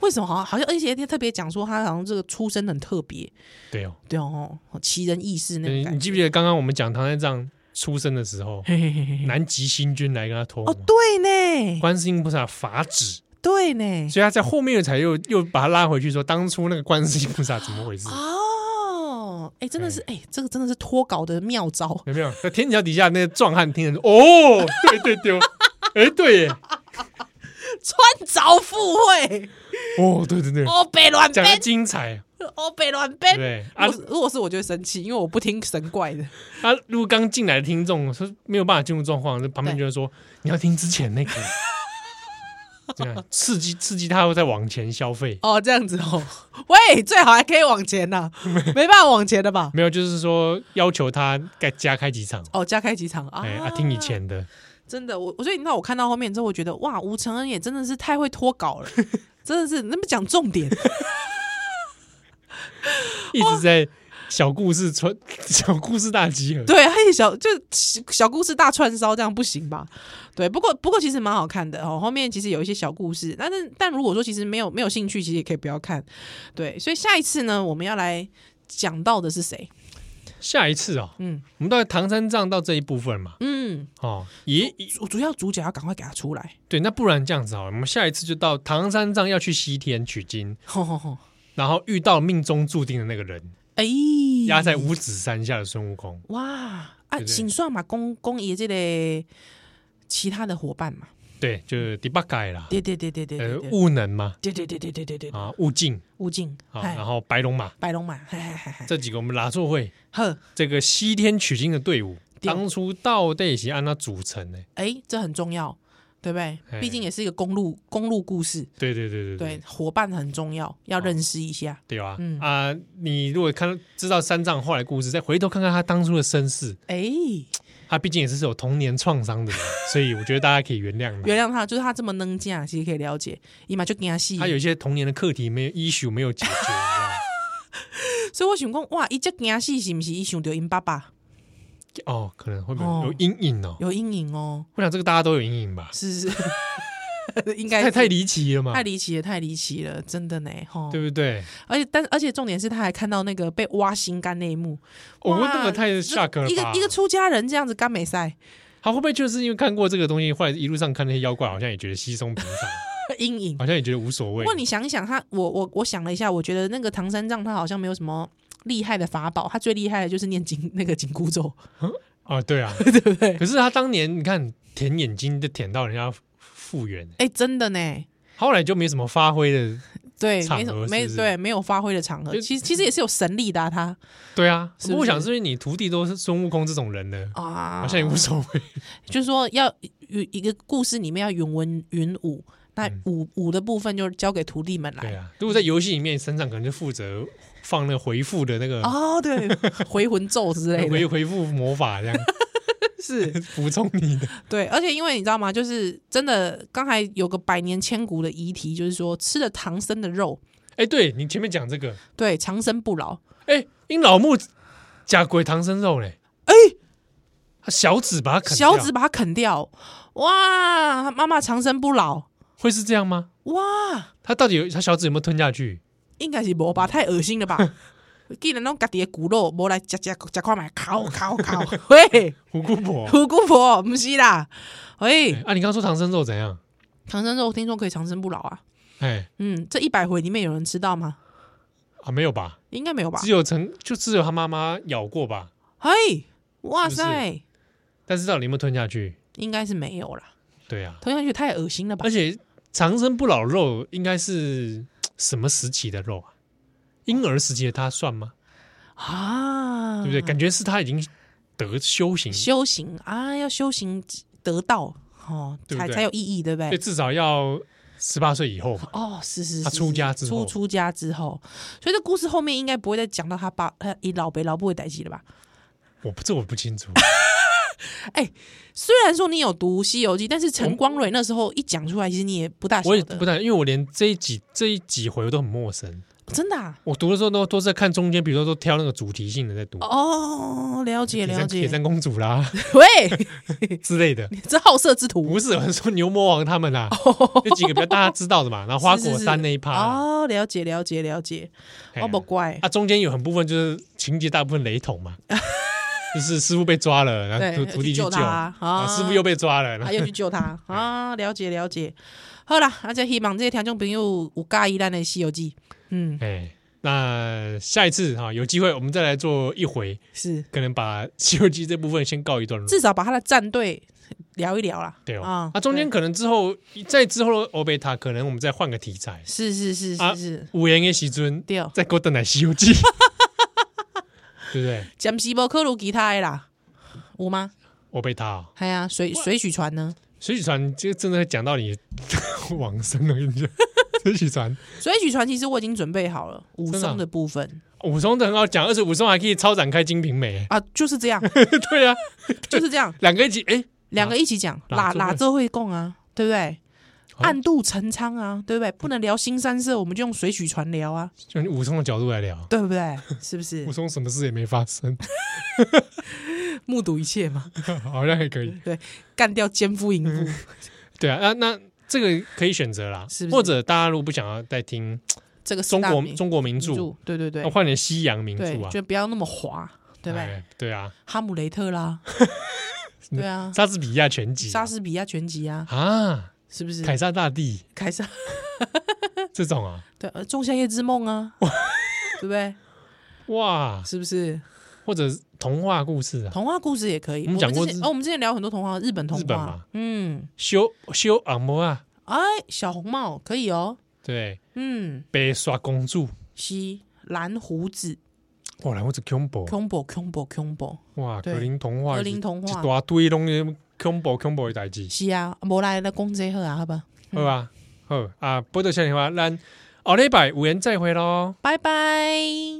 Speaker 2: 为什么好像好像而且特别讲说他好像这个出身很特别，
Speaker 1: 对哦。
Speaker 2: 对哦，奇人异 [laughs] 事那种
Speaker 1: 你
Speaker 2: 感
Speaker 1: 你
Speaker 2: 觉。
Speaker 1: 记不记得刚刚我们讲唐三藏出生的时
Speaker 2: [laughs]
Speaker 1: 候，
Speaker 2: 嘿嘿嘿嘿嘿
Speaker 1: 南极星君来跟他托
Speaker 2: 哦，
Speaker 1: 梦，
Speaker 2: 对呢，
Speaker 1: 观世音菩萨法旨，
Speaker 2: 对呢，
Speaker 1: 所以他在后面才又又把他拉回去，说当初那个观世音菩萨怎么回事？
Speaker 2: 哦，哎、真的是，哎、这个真的是脱稿的妙招， [laughs]
Speaker 1: 有没有？在天桥底下那个壮汉听着说，哦，对对对，哎对耶，
Speaker 2: 穿凿附会，
Speaker 1: [laughs] 哦对对对，
Speaker 2: 哦，北乱
Speaker 1: 讲的
Speaker 2: 编
Speaker 1: 精彩，
Speaker 2: 哦，北乱
Speaker 1: 对
Speaker 2: 编
Speaker 1: 不。对？啊
Speaker 2: 我是如果是我就会生气，因为我不听神怪的。
Speaker 1: 啊，如果刚进来的听众说没有办法进入状况，那旁边就会说你要听之前那个。这样刺激刺激他会再往前消费，
Speaker 2: 哦，这样子哦，喂，最好还可以往
Speaker 1: [laughs]
Speaker 2: 前呐、没办法往前的吧？
Speaker 1: 没有，就是说要求他该加开几场，
Speaker 2: 哦，加开几场啊！
Speaker 1: 哎、啊，听以前的，
Speaker 2: 真的，我我所以你知道，我看到后面之后，我觉得哇，吴承恩也真的是太会
Speaker 1: [laughs]
Speaker 2: 脱稿了，真的是那么讲重点，
Speaker 1: 一直在小故事串 [laughs] 小故事大集合，
Speaker 2: 对，还有小就小故事大串烧，这样不行吧？对，不过不过其实蛮好看的哦，后面其实有一些小故事，但是但如果说其实没有没有兴趣，其实也可以不要看。对，所以下一次呢，我们要来讲到的是谁？
Speaker 1: 下一次哦，
Speaker 2: 嗯
Speaker 1: 我们到唐三藏到这一部分嘛，
Speaker 2: 嗯，
Speaker 1: 哦，也也
Speaker 2: 主主要主角要赶快给他出来。
Speaker 1: 对，那不然这样子好了，我们下一次就到唐三藏要去西天取经，
Speaker 2: 吼吼吼！
Speaker 1: 然后遇到命中注定的那个人，
Speaker 2: 哎，
Speaker 1: 压在五指山下的孙悟空，
Speaker 2: 哇啊
Speaker 1: 不，对
Speaker 2: 请算嘛，公公爷这类其他的伙伴嘛，
Speaker 1: 对，就是第八改啦，
Speaker 2: 对对对对对
Speaker 1: 呃
Speaker 2: 对，对
Speaker 1: 悟能嘛，
Speaker 2: 对对对对对对对对，
Speaker 1: 啊，悟净
Speaker 2: 悟净，
Speaker 1: 啊，
Speaker 2: 哎
Speaker 1: 然，后白龙马
Speaker 2: 白龙马，嘿嘿嘿嘿，
Speaker 1: 这几个我们拿错会，
Speaker 2: 呵，
Speaker 1: 这个西天取经的队伍，
Speaker 2: 对
Speaker 1: 当初到底是按他组成的。
Speaker 2: 哎，这很重要。对不对
Speaker 1: 哎？
Speaker 2: 毕竟也是一个公路公路故事，
Speaker 1: 对对对对哦
Speaker 2: 对，伙伴很重要，要认识一下。
Speaker 1: 对啊
Speaker 2: 嗯
Speaker 1: 啊！你如果看知道三藏后来故事，再回头看看他当初的身世，
Speaker 2: 哎，
Speaker 1: 他毕竟也是有童年创伤的人，所以我觉得大家可以原谅他。
Speaker 2: 原谅他，就是他这么能讲，其实可以了解，伊嘛就跟他戏。
Speaker 1: 他有一些童年的课题没有 issue 没有解决，你知道吗
Speaker 2: 所以我想讲，哇，伊这惊死是不是伊想到因爸爸 [laughs]
Speaker 1: 哦，可能会不
Speaker 2: 哦
Speaker 1: 会有阴影哦？
Speaker 2: 有阴影哦？
Speaker 1: 我想这个大家都有阴影吧，
Speaker 2: 是 [laughs] 是，应该
Speaker 1: 太
Speaker 2: 是
Speaker 1: 太离奇了嘛，
Speaker 2: 太离奇了，太离奇了，真的呢，吼！
Speaker 1: 对不对？
Speaker 2: 而且但而且重点是他还看到那个被挖心肝那一幕，
Speaker 1: 我
Speaker 2: 哇
Speaker 1: 问那个太
Speaker 2: 就
Speaker 1: shock 了
Speaker 2: 一
Speaker 1: 吧
Speaker 2: 个一个出家人这样子干美赛，
Speaker 1: 他会不会就是因为看过这个东西，后来一路上看那些妖怪，好像也觉得稀松平
Speaker 2: [laughs]
Speaker 1: 常，
Speaker 2: 阴影。
Speaker 1: 好像也觉得无所
Speaker 2: 不
Speaker 1: 谓
Speaker 2: 过。你想一想他，我我我想了一下，我觉得那个唐三藏他好像没有什么厉害的法宝，他最厉害的就是念紧 [laughs] 那个紧箍咒，
Speaker 1: 哦，对啊，
Speaker 2: [laughs] 对不对？
Speaker 1: 可是他当年你看舔眼睛就舔到人家复原，
Speaker 2: 哎，真的呢，
Speaker 1: 后来就没什么发挥的。
Speaker 2: 对，
Speaker 1: 场合
Speaker 2: 没什么
Speaker 1: 是
Speaker 2: 没
Speaker 1: 不是
Speaker 2: 对没有发挥的场合，
Speaker 1: 就
Speaker 2: 其实其实也是有神力的啊、他
Speaker 1: 对啊，
Speaker 2: 是
Speaker 1: 不
Speaker 2: 不是
Speaker 1: 过我想是因为你徒弟都是孙悟空这种人呢，
Speaker 2: 啊，
Speaker 1: 好像也无所谓。
Speaker 2: 就是说要云一个故事里面要云文云武，那武武的部分就交给徒弟们
Speaker 1: 嗯对
Speaker 2: 来。
Speaker 1: 啊，如果在游戏里面，身上可能就负责放那个回复的那个
Speaker 2: 哦，对， [laughs] 回魂咒之类
Speaker 1: 嗯回
Speaker 2: 的，
Speaker 1: 回复魔法，这样
Speaker 2: [laughs]
Speaker 1: [laughs]
Speaker 2: 是
Speaker 1: 补充你的。
Speaker 2: 对，而且因为你知道吗？就是真的，刚才有个百年千古的遗题，就是说吃了唐僧的肉，
Speaker 1: 哎，对你前面讲这个，
Speaker 2: 对，长生不老。
Speaker 1: 哎，因老木假鬼唐僧肉嘞，
Speaker 2: 哎，
Speaker 1: 他小指把它啃掉
Speaker 2: 小指把它啃掉，哇，妈妈长生不老，
Speaker 1: 会是这样吗？
Speaker 2: 哇，
Speaker 1: 他到底有他小指有没有吞下去？
Speaker 2: 应该是无吧？太恶心了吧！
Speaker 1: [laughs]
Speaker 2: 既然拢家己的骨肉，无来食食食看卖，烤
Speaker 1: [laughs]
Speaker 2: 烤烤，喂，
Speaker 1: 胡姑 [laughs] 婆，
Speaker 2: 虎姑婆，不是啦，喂、
Speaker 1: 哎啊，你刚刚说唐僧肉怎样？
Speaker 2: 长生肉听说可以长生不老啊。
Speaker 1: 哎
Speaker 2: 嗯，这一百回里面有人吃到吗？
Speaker 1: 啊，没有吧？
Speaker 2: 应该没有吧
Speaker 1: 只？有曾就只有他妈妈咬过吧，
Speaker 2: 嘿，哇
Speaker 1: 是不是
Speaker 2: 塞，
Speaker 1: 但是到底有没有吞下去？
Speaker 2: 应该是没有啦。
Speaker 1: 对啊，
Speaker 2: 吞下去太恶心了吧
Speaker 1: 而？且长生不老肉应该是什么时期的肉啊？婴儿时期的他算吗？
Speaker 2: 啊，
Speaker 1: 对不对？感觉是他已经得修行，
Speaker 2: 修行啊，要修行得道哦，
Speaker 1: 对不
Speaker 2: 才
Speaker 1: 对
Speaker 2: 才有意义，对不
Speaker 1: 所以
Speaker 2: 对？
Speaker 1: 至少要十八岁以后吧。
Speaker 2: 哦，是是是，
Speaker 1: 他
Speaker 2: 是
Speaker 1: 出家之后
Speaker 2: 出出家之后，所以这故事后面应该不会再讲到他爸他以老北老不会代记了吧？
Speaker 1: 我不这我不清楚，
Speaker 2: 虽然说你有读《西游记》，但是陈光蕊那时候一讲出来，其实你也不大晓
Speaker 1: 我也
Speaker 2: 得，
Speaker 1: 不太，因为我连这一几这一几回我都很陌生。
Speaker 2: 真的啊？
Speaker 1: 我读的时候都都是在看中间，比如说都挑那个主题性的在读，
Speaker 2: 哦，了
Speaker 1: 铁
Speaker 2: 解了
Speaker 1: 扇铁
Speaker 2: 解，
Speaker 1: 扇公主啦
Speaker 2: 喂，
Speaker 1: [laughs] 之类的。
Speaker 2: 这好色之徒，
Speaker 1: 不是，我是说牛魔王他们啦，有几个比较大家知道的嘛，然后花
Speaker 2: 哦是
Speaker 1: 果
Speaker 2: 是是
Speaker 1: 山那一趴啊啦，
Speaker 2: 哦，了解了解了解，
Speaker 1: 哎呀
Speaker 2: 哦不怪，
Speaker 1: 啊，中间有很部分就是情节大部分雷同
Speaker 2: [laughs]
Speaker 1: 嘛，就是师傅被抓了，然后
Speaker 2: 对，
Speaker 1: 啊徒徒弟去救，
Speaker 2: 他
Speaker 1: 啊，
Speaker 2: 啊，
Speaker 1: 师傅又被抓了，然
Speaker 2: 啊
Speaker 1: 后
Speaker 2: 又去救 [laughs] 他啊，了解了解，好啦，啊这希望这些听众朋友有介意咱的《西游记》，嗯，
Speaker 1: 哎，那下一次哈有机会我们再来做一回，
Speaker 2: 是
Speaker 1: 可能把《西游记》这部分先告一段落，
Speaker 2: 至少把他的战队聊一聊啦，
Speaker 1: 对哦
Speaker 2: 啊，
Speaker 1: 啊，中间可能之后在之后的欧贝塔，可能我们再换个题材，
Speaker 2: 是是是
Speaker 1: 啊
Speaker 2: 是是，
Speaker 1: 五言的时尊
Speaker 2: 对，哦
Speaker 1: 再给我等来《西游
Speaker 2: [laughs]
Speaker 1: 记》，对不对？
Speaker 2: 暂时无考虑其他的啦，有吗？
Speaker 1: 欧贝塔哦。
Speaker 2: 哎呀，水水许传呢？
Speaker 1: 水许传这个真的讲到你 [laughs] 往生了，我跟你讲，水许传
Speaker 2: 水许传其实我已经准备好了，武
Speaker 1: 真的啊
Speaker 2: 松的部分，
Speaker 1: 武松的很好讲，而且武松还可以超展开金瓶梅
Speaker 2: [laughs] 啊，就是
Speaker 1: [laughs]
Speaker 2: 这样，
Speaker 1: 对啊，
Speaker 2: 就是
Speaker 1: [laughs]
Speaker 2: 这样。
Speaker 1: 两个一起哎、
Speaker 2: 两个一起讲，
Speaker 1: 哪
Speaker 2: 哪
Speaker 1: 哪
Speaker 2: 哪这会共啊，对不对？
Speaker 1: 好
Speaker 2: 暗度陈仓啊，对不对？不能聊新三色，我们就用水曲传聊啊，
Speaker 1: 就用武松的角度来聊，
Speaker 2: 对不对？是
Speaker 1: [laughs]
Speaker 2: 不是
Speaker 1: 武松什么事也没发
Speaker 2: [laughs]
Speaker 1: 生，
Speaker 2: 目睹一切嘛？
Speaker 1: 好像也可以，
Speaker 2: 干掉奸夫淫妇，
Speaker 1: 对啊，那那这个可以选择啦，
Speaker 2: 是不是
Speaker 1: 或者大家如果不想要再听
Speaker 2: 这个四
Speaker 1: 中
Speaker 2: 大
Speaker 1: 国哦
Speaker 2: 名
Speaker 1: 中国名
Speaker 2: 名
Speaker 1: 著，，
Speaker 2: 对对对
Speaker 1: 那换点西洋名著
Speaker 2: 对，
Speaker 1: 啊，
Speaker 2: 就不要那么滑，对不对？
Speaker 1: 哎对啊，
Speaker 2: 哈姆雷特
Speaker 1: [laughs]
Speaker 2: 啦，对啊，
Speaker 1: 莎士比亚全集
Speaker 2: 莎士比亚全集啊，
Speaker 1: 啊，
Speaker 2: 是不是？
Speaker 1: 凯撒大
Speaker 2: [laughs]
Speaker 1: 帝
Speaker 2: 凯撒
Speaker 1: 这种啊，
Speaker 2: 对，呃仲夏夜之梦啊，对不对？
Speaker 1: 哇，
Speaker 2: 是不是？
Speaker 1: 或者童话故事啊，
Speaker 2: 童话故事也可以。
Speaker 1: 我们讲过
Speaker 2: 之前
Speaker 1: 日
Speaker 2: 哦，我们之前聊很多童话，日本童
Speaker 1: 日本嘛
Speaker 2: 话，嗯，
Speaker 1: 修修阿摩啊，
Speaker 2: 哎，小红帽可以哦，
Speaker 1: 对。
Speaker 2: 嗯，
Speaker 1: 白雪公主，
Speaker 2: 是蓝胡子
Speaker 1: 哇，然后是恐怖，啊
Speaker 2: ，combo combo combo，
Speaker 1: 哇，
Speaker 2: 对
Speaker 1: 格林童话，
Speaker 2: 格林童
Speaker 1: 一
Speaker 2: 话，
Speaker 1: 大堆拢 combo combo 的代志，
Speaker 2: 是啊，无来来讲这好啊，好吧，
Speaker 1: 好吧？好啊，波多少年华，咱后礼拜有缘再会喽。
Speaker 2: 拜拜。